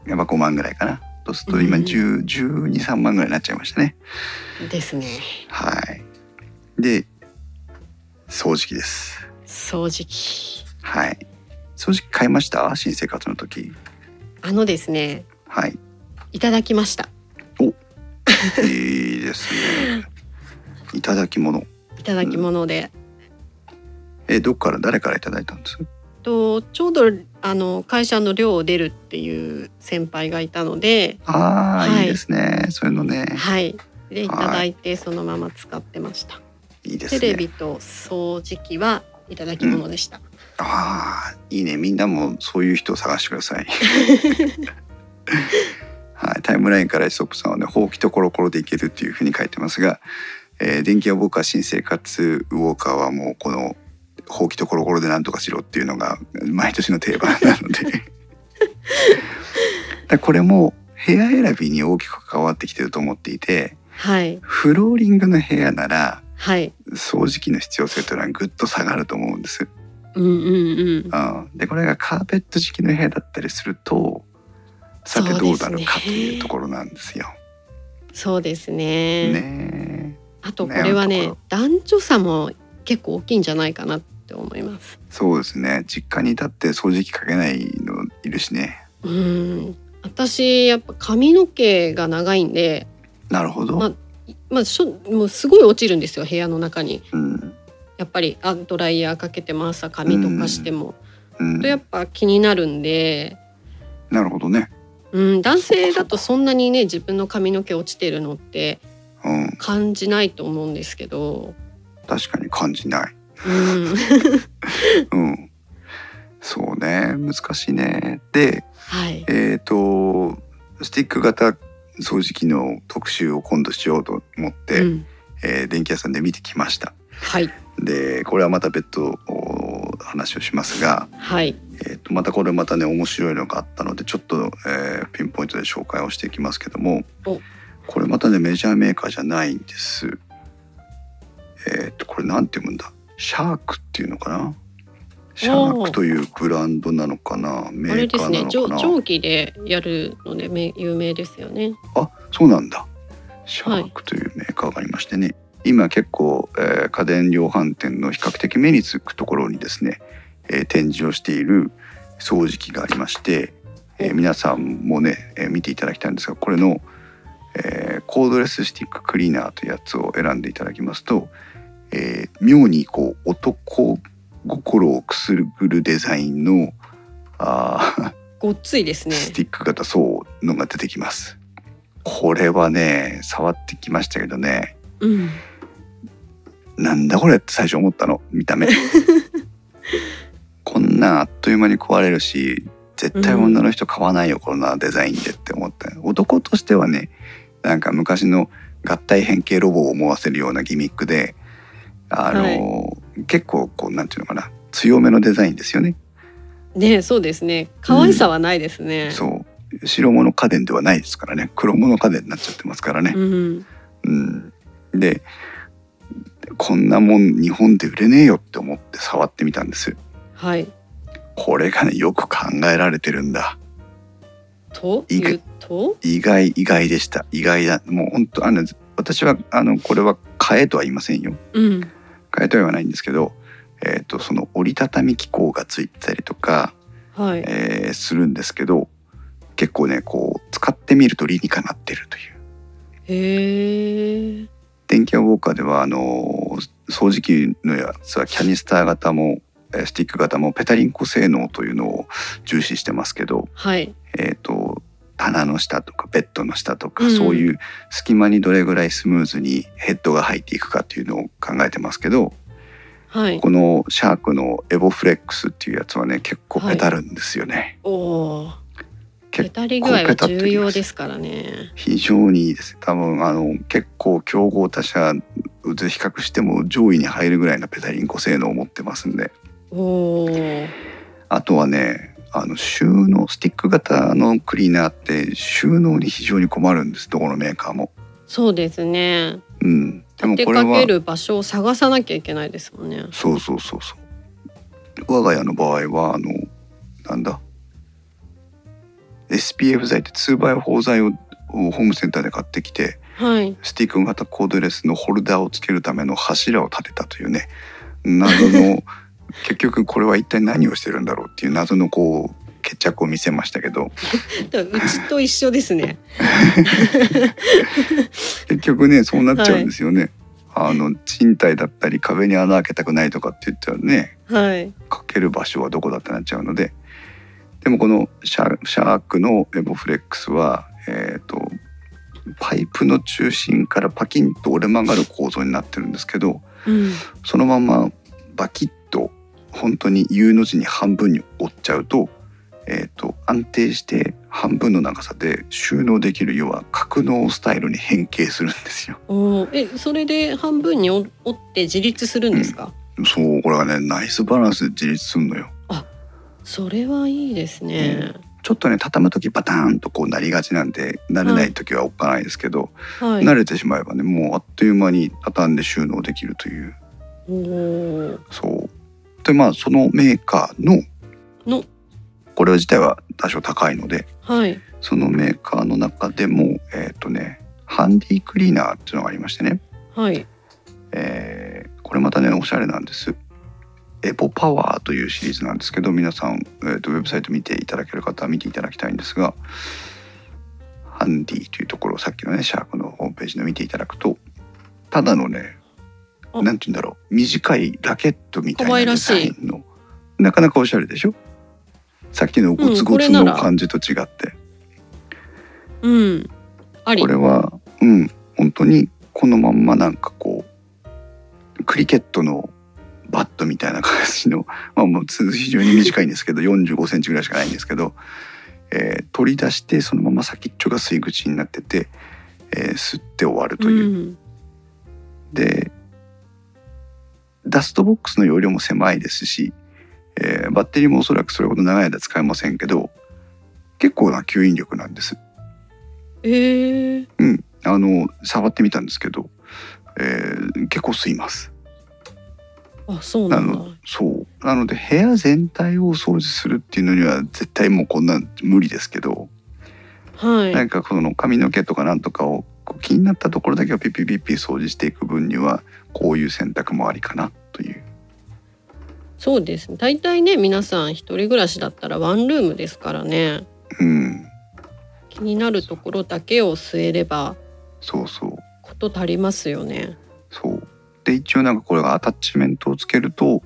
やっぱ5万ぐらいかなそうすると今うん1 2 3万ぐらいになっちゃいましたねですね。はいで掃除機です掃除機。はい。掃除機買いました新生活の時。あのですね、はい。いただきました。いいですね。 いただき物。いただき物で、え、どっから誰からいただいたんです。とちょうどあの会社の寮を出るっていう先輩がいたので、ああ、はい、いいですね。そういうのね。はい。でいはたいだいてそのまま使ってました。いいですテレね。ビと掃除機はいただき物でした。ああ、いいね。みんなもそういう人を探してください。はい、タイムラインからイソップさんはね、ほうきとコロコロでいけるっていうふうに書いてますが。えー、電気屋ウォーカー新生活ウォーカーはもうこの。ほうきとコロコロでなんとかしろっていうのが毎年の定番なのでだからこれも部屋選びに大きく関わってきてると思っていてはいフローリングの部屋ならはい。掃除機の必要性というのはぐっと下がると思うんです。うんうんうん。うん、でこれがカーペット敷きの部屋だったりするとさてどうなるかというところなんですよ。そうですね。ねあとこれはねあねのとこ男女差も結構大きいんじゃないかなって思います。そうですね実家にいたって掃除機かけないのいるしね。うん。私やっぱ髪の毛が長いんで、なるほど。まあまあしょもうすごい落ちるんですよ部屋の中に。うんやっぱりあドライヤーかけても朝髪とかしても、うん、とやっぱ気になるんで、なるほどね。うん、男性だとそんなにね自分の髪の毛落ちてるのってうん、感じないと思うんですけど、確かに感じない。 うん、うん、そうね難しいね。ではいえっ、とスティック型掃除機の特集を今度しようと思って、うん、えー電気屋さんで見てきました。はいでこれはまた別途お話をしますが、はいえー、とまたこれまたね面白いのがあったのでちょっと、えーピンポイントで紹介をしていきますけどもおこれまたねメジャーメーカーじゃないんです。えっ、とこれなんて読むんだシャークっていうのかなシャークというブランドなのかなメあれーでカすーなねの蒸かな蒸気でやるのでめ有名ですよねあそうなんだシャークというメーカーがありましてね、今結構、えー家電量販店の比較的目につくところにですね、えー展示をしている掃除機がありまして、えーお皆さんもね、えー見ていただきたいんですがこれの、えーコードレススティッククリーナーというやつを選んでいただきますと、えー妙にこう男心をくすぐるデザインのあーごっついですね。スティック型そうのが出てきますこれはね触ってきましたけどねうん。なんだこれって最初思ったの見 た目こんなんあっという間に壊れるし絶対女の人買わないよ、こんなデザインでって思った男としてはねなんか昔の合体変形ロボを思わせるようなギミックであの、結構こうなんていうのかな強めのデザインですよね、ねえそうですね。可愛さはないですね。そう白物家電ではないですからね黒物家電になっちゃってますからね、うん。うん、でこんなもん日本で売れねえよって思って触ってみたんですはい。これがねよく考えられてるんだといいかいうと、意外意外でした意外だもう本当あの私はあのこれは買えとは言いませんようん。買えとは言わないんですけど、えー、とその折りたたみ機構がついてたりとか、はい。えーするんですけど結構ねこう使ってみると理にかなってるというへえ。電気屋ウォーカーではあの掃除機のやつはキャニスター型もえースティック型もペタリンコ性能というのを重視してますけど、はい。えー、と棚の下とかベッドの下とか、うんそういう隙間にどれぐらいスムーズにヘッドが入っていくかというのを考えてますけどはい。このシャークのエボフレックスっていうやつはね結構ペタるんですよね、おおー。結構ペタリ具合は重要ですからね。非常にいいです多分あの結構競合他社で比較しても上位に入るぐらいのペタリンコ性能を持ってますんでおお。あとはねあの収納スティック型のクリーナーって収納に非常に困るんですどこのメーカーも。そうですね。うん、でも立てこれかけはる場所を探さなきゃいけないですもんね。そうそうそうそう我が家の場合はあのなんだ SPF 材って 2x4 材ををホームセンターで買ってきてはい。スティック型コードレスのホルダーをつけるための柱を立てたというね謎の 結局これは一体何をしてるんだろうっていう謎のこう決着を見せましたけどだからうちと一緒ですね。結局ねそうなっちゃうんですよね。あの賃貸だったり壁に穴開けたくないとかって言ったらねはい。かける場所はどこだってなっちゃうのででもこのシャシャークのエボフレックスは、えー、とパイプの中心からパキンと折れ曲がる構造になってるんですけどうん。そのままバキッと本当に U の字に半分に折っちゃうと,、えー、と安定して半分の長さで収納できる要は格納スタイルに変形するんですよ。おお。え、それで半分に折折って自立するんですか。そうこれがねナイスバランスで自立するのよ。それはいいですね。ちょっとね畳む時バターンとこうなりがちなんで慣れない時はおっかないですけど、はい。慣れてしまえばねもうあっという間に畳んで収納できるというおお。そうでまあそのメーカーののこれ自体は多少高いのではい。そのメーカーの中でもえっ、とねハンディクリーナーっていうのがありましてね、はい。えーこれまたねおしゃれなんですエボパワーというシリーズなんですけど皆さん、えー、とウェブサイト見ていただける方は見ていただきたいんですがハンディというところをさっきのねシャークのホームページの見ていただくとただのねあなんて言うんだろう短いラケットみた可い愛なデらザしいインのなかなかおしゃれでしょさっきのゴツゴツうんこれなのら感じと違って、うん。ありこ。れはうん本当にこのまんまなんかこうクリケットのバットみたいな感じの、 まあ、もうつ非常に短いんですけど45センチぐらいしかないんですけど、えー取り出してそのまま先っちょが吸い口になってて、えー吸って終わるという。うん。でダストボックスの容量も狭いですし、えーバッテリーもおそらくそれほど長い間使えませんけど結構な吸引力なんです。ええ。うん、あの触ってみたんですけど、えー結構吸います。あ、そうななんだ。のそうなので部屋全体を掃除するっていうのには絶対もうこんなん無理ですけど、はい。なんかこの髪の毛とかなんとかをこう気になったところだけをピッピッピッピッ掃除していく分にはこういう選択もありかなという。そうですね。大体ね、皆さん一人暮らしだったらワンルームですからね。うん、気になるところだけを据えればそうそうこと足りますよね。そう。で一応なんかこれがアタッチメントをつけると,、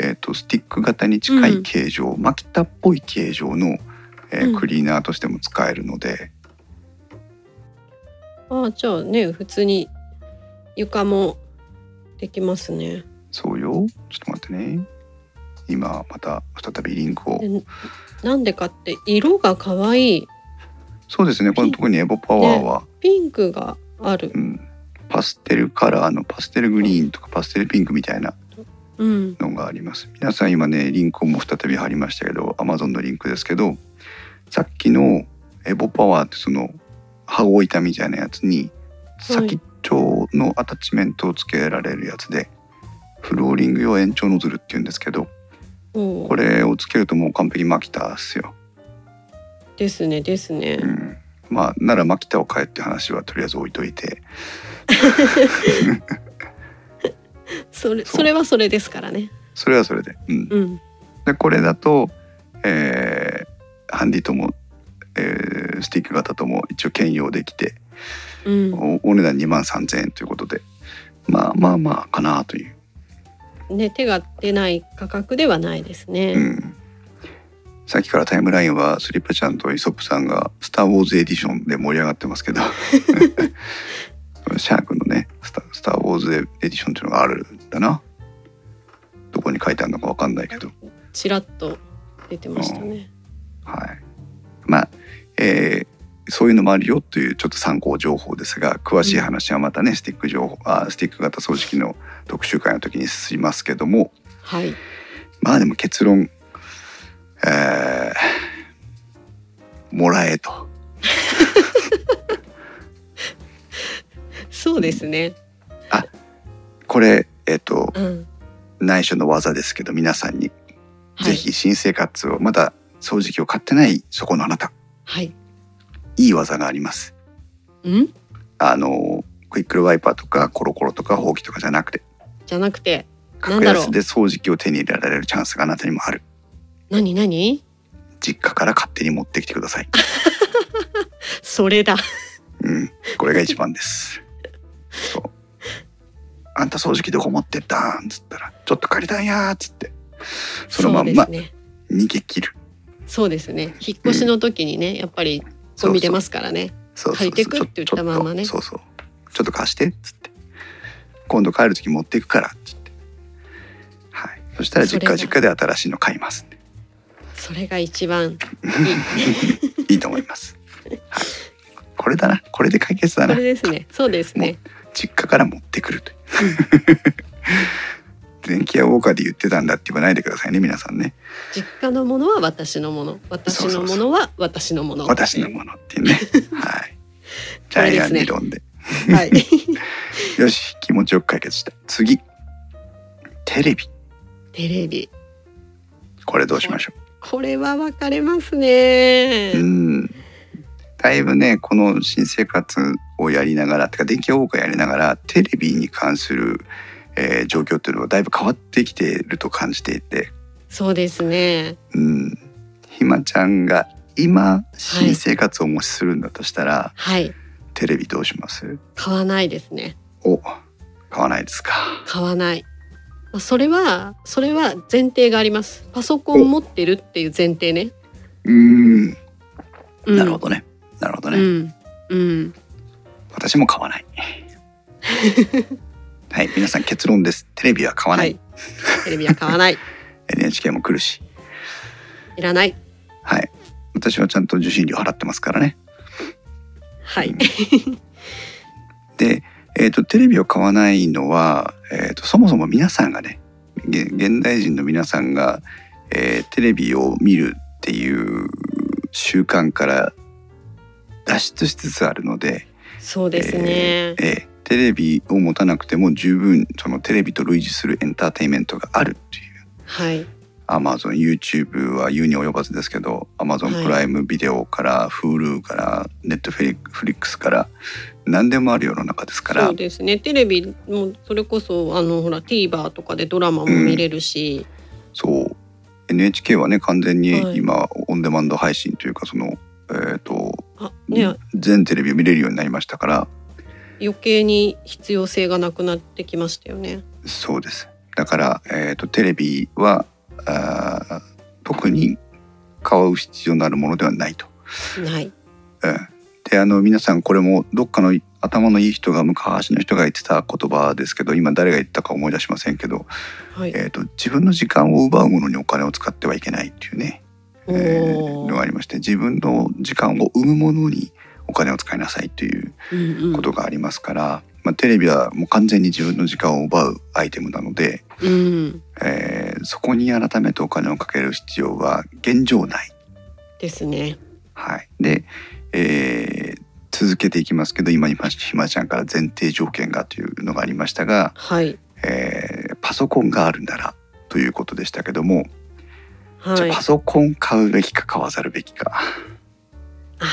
えー、とスティック型に近い形状、マキタっぽい形状の、えーうんクリーナーとしても使えるので、ああじゃあね普通に床もできますね。そうよちょっと待ってね今また再びリンクをでなんでかって色が可愛いそうですねこのピン特にエボパワーは、ピンクがある。うん、パステルカラーのパステルグリーンとかパステルピンクみたいなうん。のがあります皆さん今ねリンクをもう再び貼りましたけど Amazon のリンクですけどさっきのエボパワーってその羽子板みたいなやつにはい先っちょのアタッチメントをつけられるやつで、フローリング用延長ノズルっていうんですけどおこうれをつけるともう完璧マキタっすよ。ですねですねう。ん、まあならマキタを買えって話はとりあえず置いといてそそうれそれはそれですからね。それはそれで。うんうん。でこれだと、えーハンディとも、えースティック型とも一応兼用できてうん。おお値段2万3,000円ということでまあまあまあかなという、ね手が出ない価格ではないですね。うん、さっきからタイムラインはスリッパちゃんとイソップさんが「スター・ウォーズ・エディション」で盛り上がってますけどシャークのねスタ「スター・ウォーズ・エディション」っていうのがあるんだなどこに書いてあるのかわかんないけどちらっと出てましたね。はい、まあ、えーそういうのもあるよというちょっと参考情報ですが詳しい話はまたね、スティック情報あスティック型掃除機の特集会の時にしますけどもはい。まあでも結論、えーもらえとそうですね。これえっ、とうん。内緒の技ですけど皆さんに、はいぜ。ひ新生活をまだ掃除機を買ってないそこのあなたはい。いい技があります。うん。あのクイックルワイパーとかコロコロとかほうきとかじゃなくてじゃなくてなん格だろう安で掃除機を手に入れられるチャンスがあなたにもある何何？実家から勝手に持ってきてください、それだ。うん、これが一番ですそうあんた掃除機どこ持ってったんっつったらちょっと借りたんやーっつってそのまんそまうですね。逃げ切るそうですね。引っ越しの時にね、やっぱりゴミ出ますからね。そうそう借りてくって言ったまんまねちょっとそうそうちょっと貸してっつって今度帰る時持っていくからっつってはいそしたら実家はそれ実が家で新しいの買いますんでそれが一番いい。いいと思い ます、はい、これだなこれで解決だこなれですね。 そうですね。実家から持ってくるという 電気屋ウォーカーで言ってたんだって言わないでくださいね皆さんね実家のものは私のもの、私のものは私のもの。私のものっていう ねはいジャイアン理論での。はい。 よし気持ちよく解決した次テレビテレビ。これどうしましょこれは分かれますねうう。んだいぶねこの新生活をやりながらてか電気屋ウォーカーやりながらテレビに関する、えー状況っていうのはだいぶ変わってきていると感じていてそうですね。うん、ひまちゃんが今新生活をもしするんだとしたら、はい。テレビどうします買わないですね。お買わないですか買わない。まあそれは、それは前提があります。パソコン持ってるっていう前提ね。うーんうんなるほどねなるほどね、うん。うん。私も買わない はい皆さん結論ですテレビは買わない、はい。テレビは買わない。 NHK も来るしいらない。はい私はちゃんと受信料払ってますからねはういん。で、えー、とテレビを買わないのは、えー、とそもそも皆さんがねげ現代人の皆さんが、えーテレビを見るっていう習慣から脱出しつつあるので、 そうですね。えーテレビを持たなくても十分そのテレビと類似するエンターテインメントがあるっていう。はい。 Amazon、YouTube は言うに及ばずですけど、は Amazon いプライムビデオから、Hulu から、Netflix から、何でもある世の中ですから、そうですね。テレビもそれこそあのほら TVer とかでドラマも見れるし、そう NHK はね完全はにい今、オンデマンド配信というかそのえっ、と、あね全テレビを見れるようになりましたから余計に必要性がなくなってきましたよね。そうですだから、えー、とテレビはあー特に買う必要のあるものではないと。ない。うん、であの皆さんこれもどっかの頭のいい人が昔の人が言ってた言葉ですけど今誰が言ったか思い出しませんけど、はい。えー、と自分の時間を奪うものにお金を使ってはいけないっていうね、えーおのがあーりまして自分の時間を生むものにお金を使いなさいといううんうんことがありますから、まあ、テレビはもう完全に自分の時間を奪うアイテムなので、うん。えーそこに改めてお金をかける必要は現状ない。ですね。はい、で、えー続けていきますけど今にひまちゃんから前提条件がというのがありましたが、はい。えーパソコンがあるならということでしたけども、じはゃいあ。パソコン買うべきか買わざるべきか。あー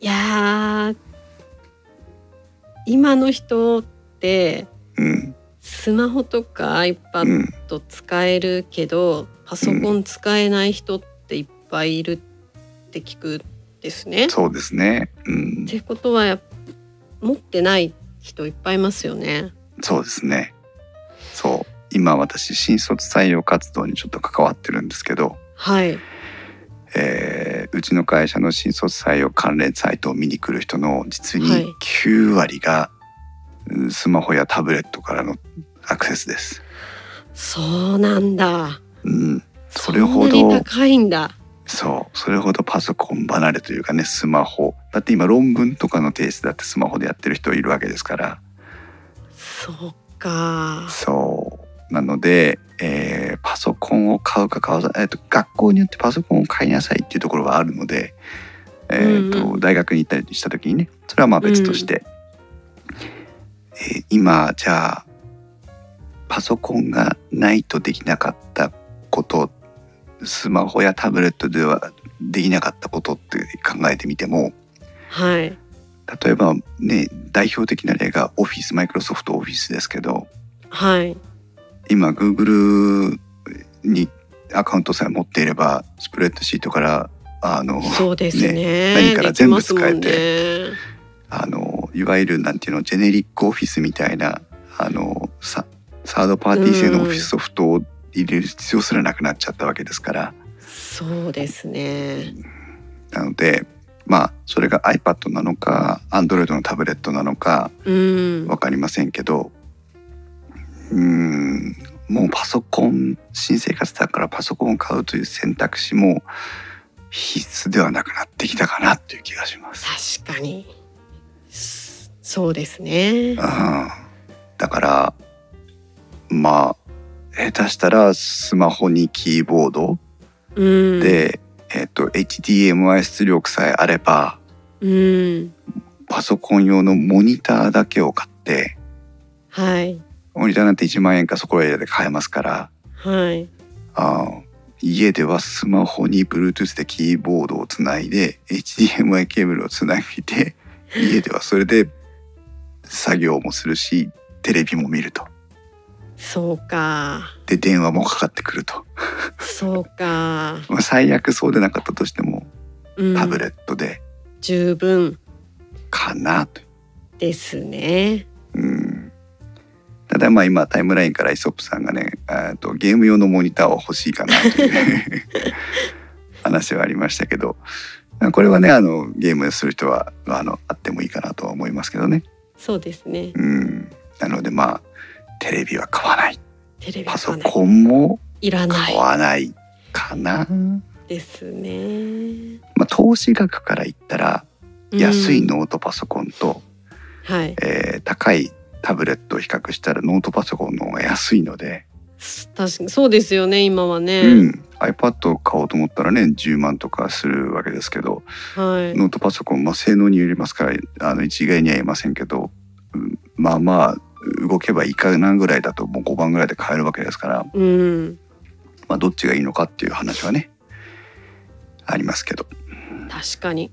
いやー今の人ってうんスマホとかう iPad ん使えるけど、パソコン使えない人っていっぱいいるって聞くですね。そうですね、うんっ、てことはやっ持ってない人いっぱいいますよね。そうですねそう今私新卒採用活動にちょっと関わってるんですけど、はい。えーうちの会社の新卒採用関連サイトを見に来る人の実はにい9割が、うんスマホやタブレットからのアクセスです。そうなんだ。うん、それほどそんなに高いんだ。そうそれほどパソコン離れというかねスマホだって今論文とかの提出だってスマホでやってる人いるわけですからそうか。そうなので、えーパソコンを買うか買わざ、えー、と学校によってパソコンを買いなさいっていうところはあるので、えーとうん大学に行ったりした時にねそれはまあ別として、えー今じゃあパソコンがないとできなかったことスマホやタブレットではできなかったことって考えてみてもはい。例えばね代表的な例がオフィスマイクロソフトオフィスですけど、はい。今 Google にアカウントさえ持っていればスプレッドシートからあのそうですね。何から全部使えてできますもんねあのいわゆるなんていうのジェネリックオフィスみたいなあのさサードパーティー製のオフィスソフトを入れる必要すらなくなっちゃったわけですから、そうですね。なのでまあそれが iPad なのか Android のタブレットなのかうん。わかりませんけどうーんもうパソコン新生活だからパソコンを買うという選択肢も必須ではなくなってきたかなっていう気がします。確かに。そそうですねうん、。だからまあ下手したらスマホにキーボードうん。、で、えっと HDMI 出力さえあればうん。パソコン用のモニターだけを買ってはい。モニターなんて1万円かそこらで買えますから。はい。あー家ではスマホに Bluetooth でキーボードをつないで HDMI ケーブルをつない で家ではそれで作業もするしテレビも見るとそうか。で電話もかかってくると、そうか。まあ、最悪そうでなかったとしてもうん、タブレットで十分かなと、ですね。うん、ただまあ今タイムラインからイソップさんがねえーとゲーム用のモニターは欲しいかなという話はありましたけどこれはねあのゲームする人はあのあってもいいかなとは思いますけどね。そうですね。うん、なのでまあテレビは買わないテレビパ買ソわない。コンもいらな買いわないかな。ですね。まあ、投資額から言ったらうん安い。ノートパソコンと、はい。えー高いタブレットを比較したらノートパソコンの方が安いので。す確かにそうですよね。今はね。うん、iPad を買おうと思ったらね10万とかするわけですけど、はい。ノートパソコン、まあ、性能によりますからあの一概には言えませんけど、うんまあまあ動けばいいかなぐらいだともう5番ぐらいで買えるわけですから、うん。まあ、どっちがいいのかっていう話はねありますけど、確かに。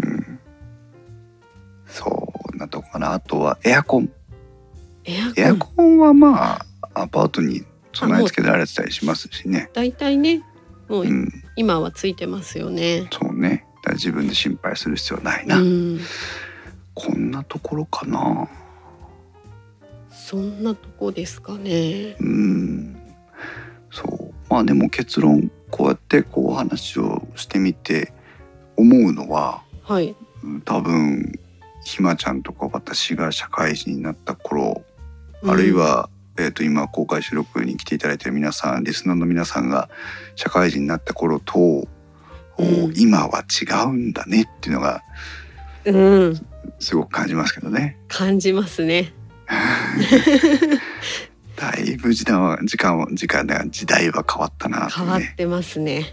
うん、そうなとこかなあとはエアコンエアコン。エアコンはまあアパートに備え付けられてたりしますしね。大体ね。もううん今はついてますよね。そうね。だから自分で心配する必要はないうな。ん。こんなところかな。そんなとこですかね。うん。そう。まあでも結論こうやってこうお話をしてみて思うのははい多分ひまちゃんとか私が社会人になった頃、うんあるいは、えー、と今公開収録に来ていただいてる皆さんリスナーの皆さんが社会人になった頃と、おうん今は違うんだねっていうのがうんすごく感じますけどね。感じますねだいぶ時間は時間は時間だ時代は変わったなってい変うわっね。てますね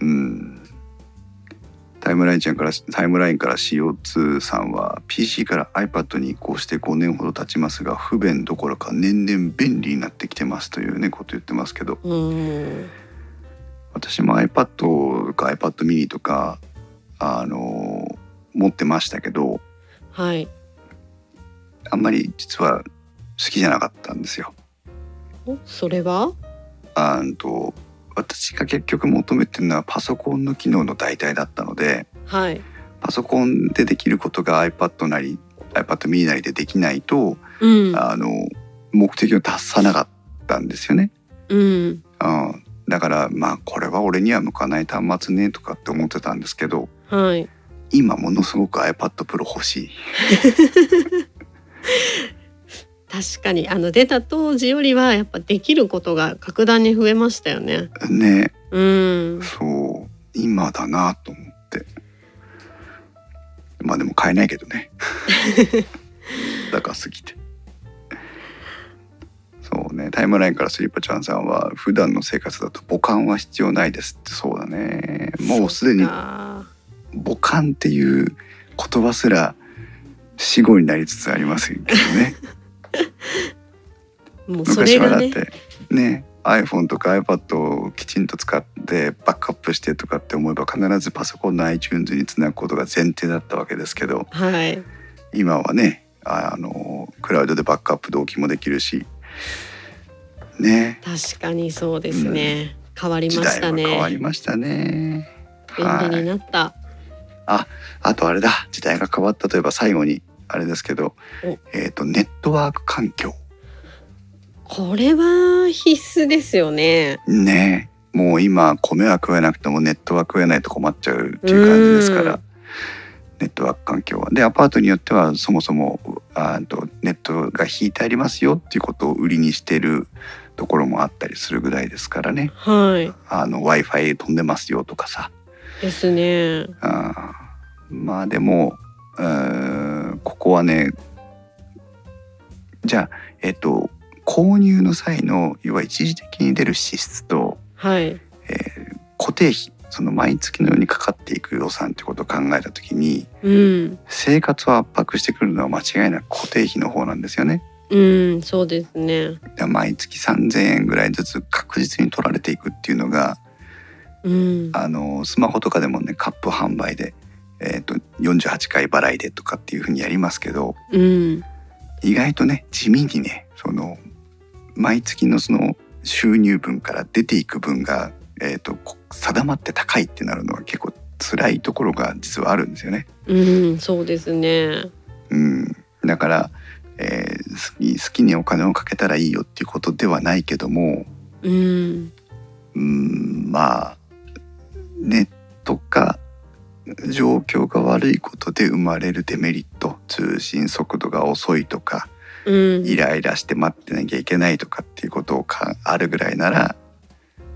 うんタイムラインちゃんからタイムラインから CO2 さんは PC から iPad に移行して5年ほど経ちますが不便どころか年々便利になってきてますというねこと言ってますけどうん私も iPad か iPad mini とかあの持ってましたけどはいあんまり実は好きじゃなかったんですよ。おそれはあーんと私が結局求めてるのはパソコンの機能の代替だったのではいパソコンでできることが iPad なり iPad mini なりでできないと、うんあの目的を達さなかったんですよね。うんうんだからまあこれは俺には向かない端末ねとかって思ってたんですけどはい今ものすごく iPad Pro 欲しい。確かにあの出た当時よりはやっぱできることが格段に増えましたよねねうんそう今だなと思ってまあでも買えないけどね高すぎてそうねタイムラインからスリッパちゃんさんは普段の生活だと母艦は必要ないですってそうだねもうすでにあ母艦っていう言葉すら死語になりつつありますけどねーもうそ昔れはだがっねてね iPhone とか iPad をきちんと使ってバックアップしてとかって思えば必ずパソコンの iTunes につなぐことが前提だったわけですけどはい今はねあのクラウドでバックアップ同期もできるしね確かにそうですね、変わり時ま代したは変わねりましたね。便利はいになったあとあれだ時代が変わったといえば最後にあれですけどお、えー、とネットワーク環境これは必須ですよねねもう今米は食えなくてもネットは食えないと困っちゃうっていう感じですかうらんネットワーク環境は。でアパートによってはそもそもあーとネットが引いてありますよっていうことを売りにしてるところもあったりするぐらいですからねはあの w i f i 飛んでますよとかさいですねあーまあでもうーんここはねじゃあえっと購入の際の要は一時的に出る支出と、はいえー固定費その毎月のようにかかっていく予算ってことを考えた時にうん生活を圧迫してくるのは間違いなく固定費の方なんですよね。うんそうですねだから毎月3,000円ぐらいずつ確実に取られていくっていうのがうんあのスマホとかでもねカップ販売で、えー、と48回払いでとかっていうふうにやりますけどうん意外とね地味にねその毎月のその収入分から出ていく分が、えー、とこ定まって高いってなるのは結構辛いところが実はあるんですよね。うんそうですねうん、だから、えー好き好きにお金をかけたらいいよっていうことではないけども、うんうん、まあネットか状況が悪いことで生まれるデメリット通信速度が遅いとかうんイライラして待ってなきゃいけないとかっていうことをかあるぐらいなら、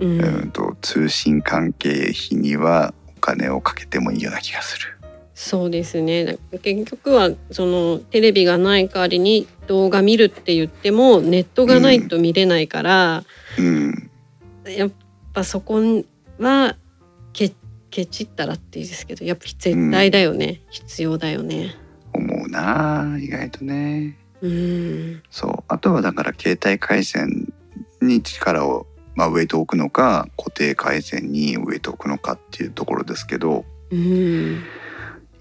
ううんん、と通信関係費にはお金をかけてもいいような気がする。そうですね結局はそのテレビがない代わりに動画見るって言ってもネットがないと見れないから、うん、やっぱそこはけケチったらっていうんですけどやっぱ絶対だよね、必要だよね。思うなあ意外とね。うんそうあとはだから携帯回線に力を、まあ、ウェイトを置くのか固定回線にウェイトを置くのかっていうところですけどうん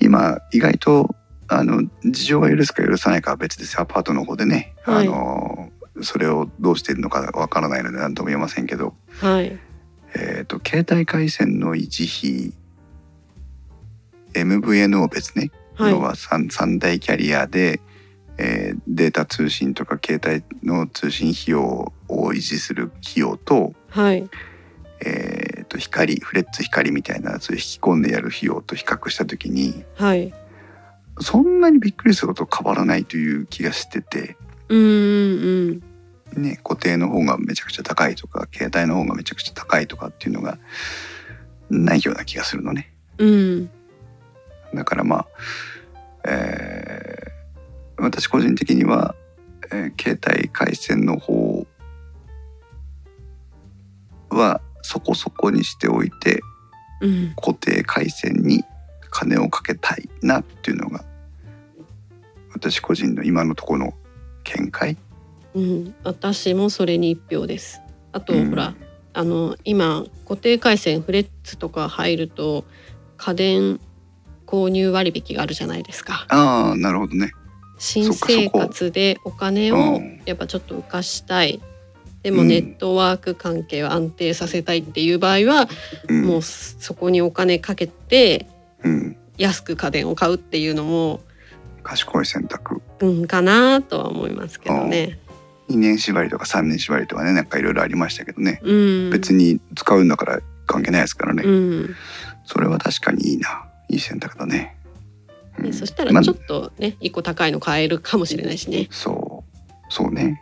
今意外とあの事情が許すか許さないかは別ですよアパートの方でね、はいあのそれをどうしているのかわからないので何とも言えませんけど、はいえー、と携帯回線の維持費 MVNO 別ねはい要は 3, 三大キャリアで、えーデータ通信とか携帯の通信費用を維持する費用と,、はいえーと光フレッツ光みたいなやつを引き込んでやる費用と比較した時にはいそんなにびっくりすること変わらないという気がしてて、うんうんね、固定の方がめちゃくちゃ高いとか携帯の方がめちゃくちゃ高いとかっていうのがないような気がするのね。うんだからまあ、えー私個人的には、えー携帯回線の方はそこそこにしておいてうん固定回線に金をかけたいなっていうのが私個人の今のところの見解うん私もそれに一票ですあと、うんほらあの今固定回線フレッツとか入ると家電購入割引があるじゃないですかああなるほどね新生活でお金うをんやっぱちょっと浮かしたいでもうんネットワーク関係を安定させたいっていう場合は、うんもうそこにお金かけてうん安く家電を買うっていうのも、賢い選択うん、かなとは思いますけどね。 2年縛りとか3年縛りとかねなんかいろいろありましたけどねうん、別に使うんだから関係ないですからね、うんそれは確かにいいな。いい選択だね。うねんそしたらちょっまとね一個高いの買えるかもしれないしね。そう、そうね。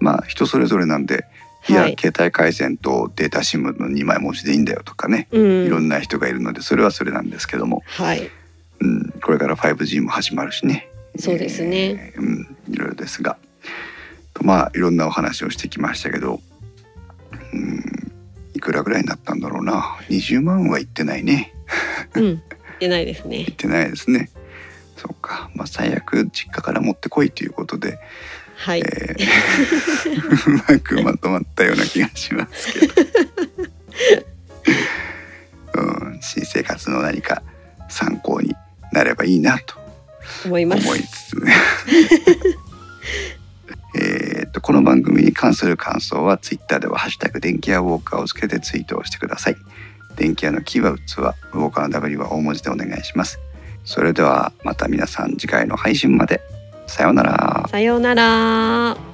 まあ人それぞれなんで、い、やはい、携帯回線とデータシムの2枚持ちでいいんだよとかね、ういろんんな人がいるのでそれはそれなんですけども、はい、うん、これから 5G も始まるしね。そうですね。えーうん、いろいろですが、とまあいろんなお話をしてきましたけど、うん、いくらぐらいになったんだろうな。20万はいってないね。うん、出ないですね行っ。てないですね。そうか、まあ、最悪実家から持ってこいということで、 はい、えーうまくまとまったような気がしますけど、 うん、新生活の何か参考になればいいなと思います。思いつつね。 えーっとこの番組に関する感想はツイッターでは「ハッシュタグ電気屋ウォーカー」をつけてツイートをしてください。電気屋のキーは器、ウォーカーの W は大文字でお願いします。それではまた皆さん次回の配信まで。さようなら。さようなら。